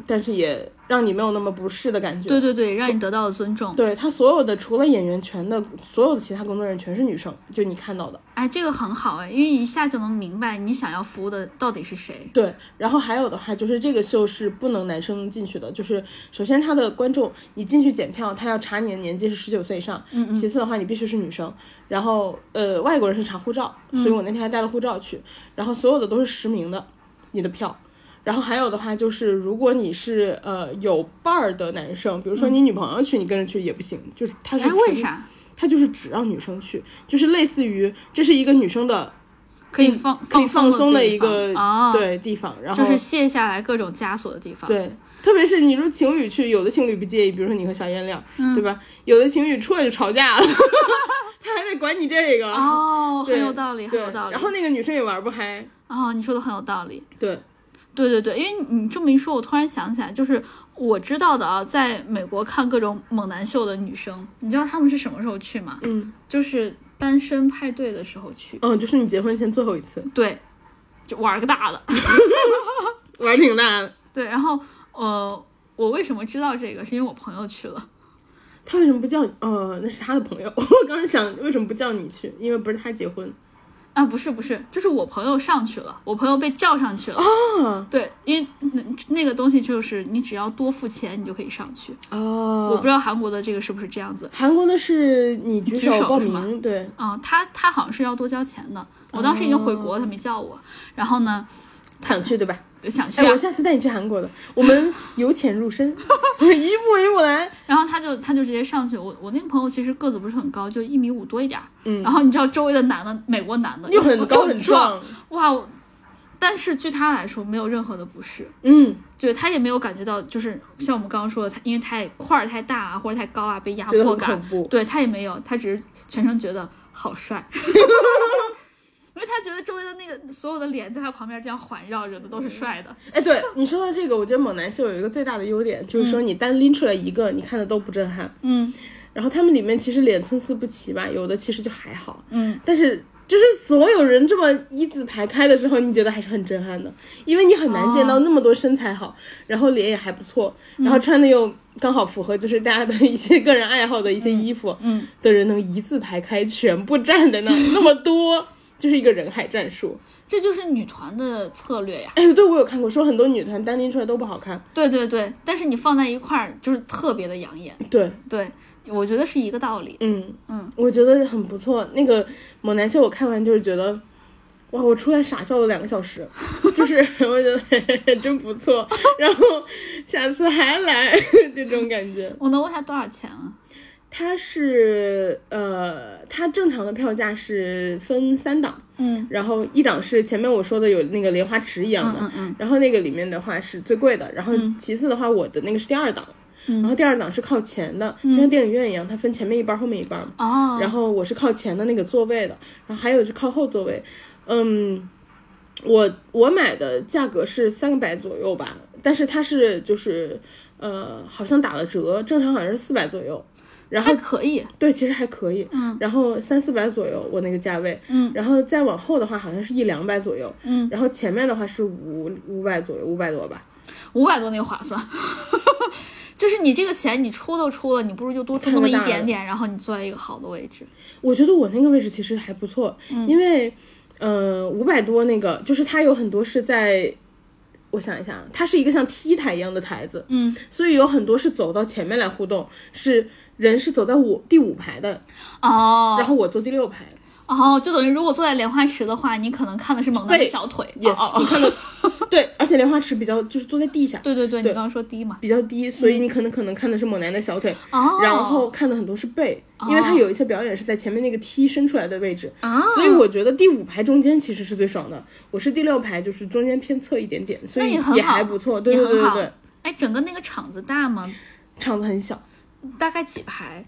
B: 但是也让你没有那么不适的感觉。
A: 对对对，让你得到了尊重。
B: 对他所有的除了演员全的所有的其他工作人员全是女生，就你看到的。
A: 哎，这个很好哎，因为一下就能明白你想要服务的到底是谁。
B: 对，然后还有的话就是这个秀是不能男生进去的，就是首先他的观众你进去检票，他要查你的年纪是十九岁以上，
A: 嗯嗯
B: 其次的话你必须是女生，然后呃外国人是查护照，
A: 嗯
B: 所以我那天还带了护照去，然后所有的都是实名的，你的票。然后还有的话就是，如果你是呃有伴儿的男生，比如说你女朋友去，你跟着去也不行，就是他
A: 嗯
B: 是
A: 哎，为
B: 纯
A: 啥
B: 他就是只让女生去，就是类似于这是一个女生的
A: 可以放
B: 可以放松
A: 松
B: 的
A: 的
B: 一个
A: 地方哦，，
B: 对地方，然后
A: 就是卸下来各种枷锁的地方。，
B: 对，特别是你说情侣去，有的情侣不介意，比如说你和小燕亮，
A: 嗯
B: 对吧？有的情侣出来就吵架了， 他还得管你这个，
A: 哦，
B: 对
A: 很有道理，很
B: 对，
A: 有道理。
B: 然后那个女生也玩不嗨，
A: 哦，你说的很有道理。
B: 对，
A: 对对对，因为你这么一说，我突然想起来，就是我知道的啊，在美国看各种猛男秀的女生，你知道她们是什么时候去吗？
B: 嗯
A: 就是单身派对的时候去，
B: 嗯，就是你结婚前最后一次，
A: 对，就玩个大的。
B: 玩挺大的。
A: 对，然后呃，我为什么知道这个？是因为我朋友去了。
B: 他为什么不叫你？呃，那是他的朋友。 我刚才想，为什么不叫你去？因为不是他结婚
A: 啊，不是不是，就是我朋友上去了，我朋友被叫上去了。
B: 啊
A: 对，因为那那个东西就是你只要多付钱，你就可以上去。我
B: 哦
A: 不知道韩国的这个是不是这样子。
B: 韩国的是你举
A: 举手
B: 报
A: 是吗
B: 名，对，
A: 啊，他他好像是要多交钱的。我当时已经回国了，他没叫我。然后呢，
B: 想去对吧？
A: 想去、
B: 哎，
A: 啊
B: 我，下次带你去韩国的，我们由浅 入深，一步一步来。
A: 然后他就他就直接上去。我我那个朋友其实个子不是很高，就一米五多一点儿。
B: 嗯
A: 然后你知道周围的男的，美国男的
B: 又很高
A: 很
B: 很壮，
A: 哇！我但是据他来说，没有任何的不适。
B: 嗯，
A: 对他也没有感觉到，就是像我们刚刚说的，他因为太块儿太大啊，或者太高啊，被压
B: 觉得
A: 迫
B: 很
A: 感
B: 恐，怖。
A: 对他也没有，他只是全程觉得好帅， 因为他觉得周围的那个所有的脸在他旁边这样环绕着的都是帅的。
B: 哎，对你说到这个，我觉得猛男秀有一个最大的优点，就是说你单拎出来一个，你看的都不震撼。
A: 嗯
B: 然后他们里面其实脸参差不齐吧，有的其实就还好，
A: 嗯，
B: 但是。就是所有人这么一字排开的时候，你觉得还是很震撼的，因为你很难
A: 啊
B: 见到那么多身材好，然后脸也还不错，
A: 嗯
B: 然后穿的又刚好符合就是大家的一些个人爱好的一些衣服，
A: 嗯，
B: 的人能一字排开，全部站在那儿那么多，就是一个人海战术。
A: 这就是女团的策略呀。
B: 哎，对我有看过，说很多女团单拎出来都不好看。
A: 对对对，但是你放在一块儿就是特别的养眼。
B: 对，
A: 对，我觉得是一个道理。
B: 嗯
A: 嗯，
B: 我觉得很不错。那个猛男秀我看完就是觉得，哇，我出来傻笑了两个小时，就是 我觉得 嘿嘿嘿真不错，然后下次还来这种感觉。
A: 我能问下多少钱啊？
B: 它是呃，它正常的票价是分三档，
A: 嗯
B: 然后一档是前面我说的有那个莲花池一样
A: 嗯
B: 的，
A: 嗯嗯
B: 然后那个里面的话是最贵的，然后其次的话，我的那个是第二档，
A: 嗯
B: 然后第二档是靠前的，就像电影院一样，它分前面一半儿，后面一半儿嘛。
A: 哦，
B: 然后我是靠前的那个座位的，然后还有是靠后座位。嗯，我我买的价格是三百左右吧，但是它是就是呃，好像打了折，正常好像是四百左右。然后
A: 还可以。
B: 对，其实还可以，
A: 嗯
B: 然后三四百左右我那个价位，
A: 嗯
B: 然后再往后的话好像是一两百左右，
A: 嗯，
B: 然后前面的话是五五百左右，五百多吧。
A: 五百多那个划算。就是你这个钱你出都出了，你不如就多出那么一点点，然后你坐在一个好的位置。
B: 我觉得我那个位置其实还不错，
A: 嗯
B: 因为，呃，五百多那个就是它有很多是在，我想一下，啊它是一个像 T 台一样的台子，
A: 嗯，
B: 所以有很多是走到前面来互动，是人是走在我第五排的，
A: 哦，
B: 然后我坐第六排，
A: 哦，就等于如果坐在莲花池的话，你可能看的是猛男的
B: 对
A: 小腿。
B: 也、yes,
A: 哦哦
B: 你
A: 哦
B: 看到，对，而且莲花池比较就是坐在地下，
A: 对对对，你刚刚说低嘛。
B: 比较低，所以你可能可能看的是猛男的小腿，
A: 嗯哦，
B: 然后看的很多是背，因为它
A: 哦
B: 有一些表演是在前面那个 T 伸出来的位置，
A: 啊，
B: 所以我觉得第五排中间其实是最爽的，我是第六排，就是中间偏侧一点点，所
A: 那
B: 以
A: 也很
B: 也
A: 好
B: 还不错。对
A: 也
B: 对
A: 很
B: 对对
A: 好
B: 对，。
A: 哎，整个那个场子大吗？
B: 场子很小。
A: 大概几排？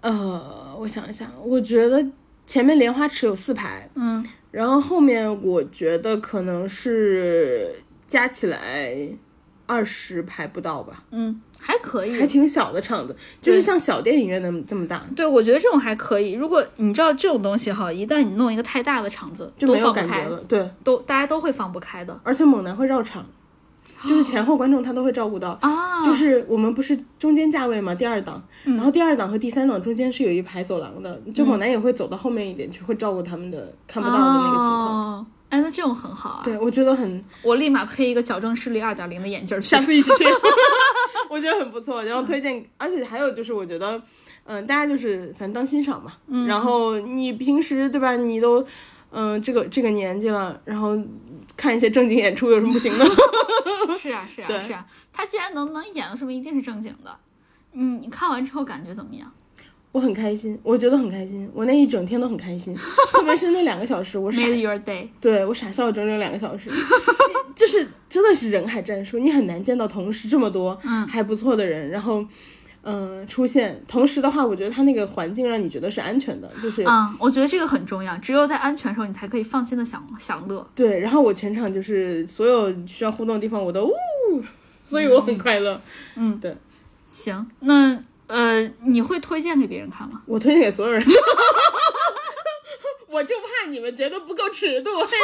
B: 呃，我想一想，我觉得前面莲花池有四排，
A: 嗯，
B: 然后后面我觉得可能是加起来二十排不到吧，
A: 嗯，还可
B: 还
A: 以。
B: 挺小的场子，就是
A: 对
B: 像小电影院那么那么大，
A: 对，我觉得这种还可以。如果你知道这种东西哈，一旦你弄一个太大的场子，
B: 就
A: 都
B: 没有
A: 放不
B: 感觉
A: 开，
B: 了。对，
A: 都大家都会放不开的。
B: 而且猛男会绕场，就是前后观众他都会照顾到。
A: 啊，
B: 哦就是我们不是中间价位嘛，第二档，然后第二档和第三档中间是有一排走廊的，就猛男也会走到后面一点去，会照顾他们的看不到的那个情况。
A: 哦，哎，那这种很好啊。
B: 对，我觉得很，
A: 我立马配一个矫正视力二点零的眼镜儿去。
B: 下次一起去，我觉得很不错。然后推荐，而且还有就是，我觉得，嗯、大家就是反正当欣赏嘛。然后你平时对吧，你都，嗯、这个这个年纪了，然后看一些正经演出有什么不行的？
A: 是啊，是啊，
B: 对
A: 是啊。他既然能能演，说明一定是正经的。嗯，你看完之后感觉怎么样？
B: 我很开心，我觉得很开心，我那一整天都很开心，特别是那两个小时，我傻
A: Made your day。
B: 对我傻笑了整整两个小时， 你就是真的是人海战术，你很难见到同时这么多
A: 嗯
B: 还不错的人，然后嗯、呃出现。同时的话，我觉得他那个环境让你觉得是安全的，就是、
A: 嗯，我觉得这个很重要，只有在安全的时候，你才可以放心的享享乐。
B: 对。然后我全场就是所有需要互动的地方我都呜，所以我很快乐。
A: 行，那呃，你会推荐给别人看吗？
B: 我推荐给所有人。 我就怕你们觉得不够尺度，嘿，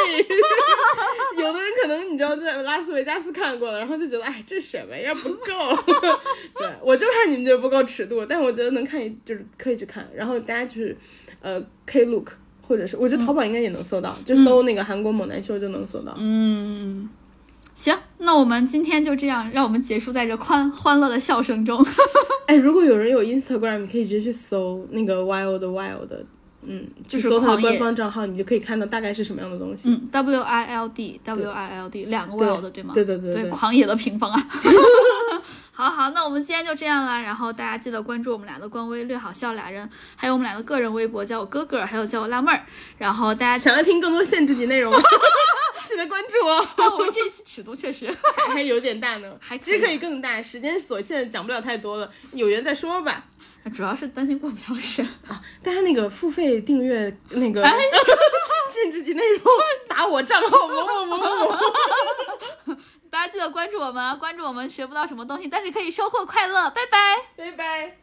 B: 有的人可能你知道在拉斯维加斯看过了，然后就觉得哎这什么呀不够， 对我就怕你们觉得不够尺度，但我觉得能看就是可以去看，然后大家去呃 K Look 或者是我觉得淘宝应该也能搜到，就搜那个韩国猛男秀就能搜到，
A: 嗯，行，那我们今天就这样，让我们结束在这欢欢乐的笑声中。
B: 哎如果有人有 Instagram，你可以直接去搜那个 Wild Wild，嗯，
A: 就
B: 就是搜它
A: 狂
B: 的
A: 野
B: 官方账号，你就可以看到大概是什么样的东西，
A: 嗯，W I L D W I L D 两个 wild 对吗？
B: 对对对对
A: 狂野的屏风啊。 好好，那我们今天就这样啦。然后大家记得关注我们俩的官微“略好笑俩人”，还有我们俩的个人微博，叫我哥哥，还有叫我辣妹儿。然后大家，
B: 想要听更多限制级内容吗？ 记得关注哦，
A: 我们这一期尺度确实
B: 还有点大呢，
A: 还
B: 其实
A: 可以
B: 可以更大，时间所限讲不了太多了，有缘再说吧。
A: 主要是担心过不了审。
B: 大家那个付费订阅那个限制级内容，打我账号某某某某某。
A: 大家记得关注我们啊，关注我们学不到什么东西，但是可以收获快乐。拜拜。
B: 拜拜。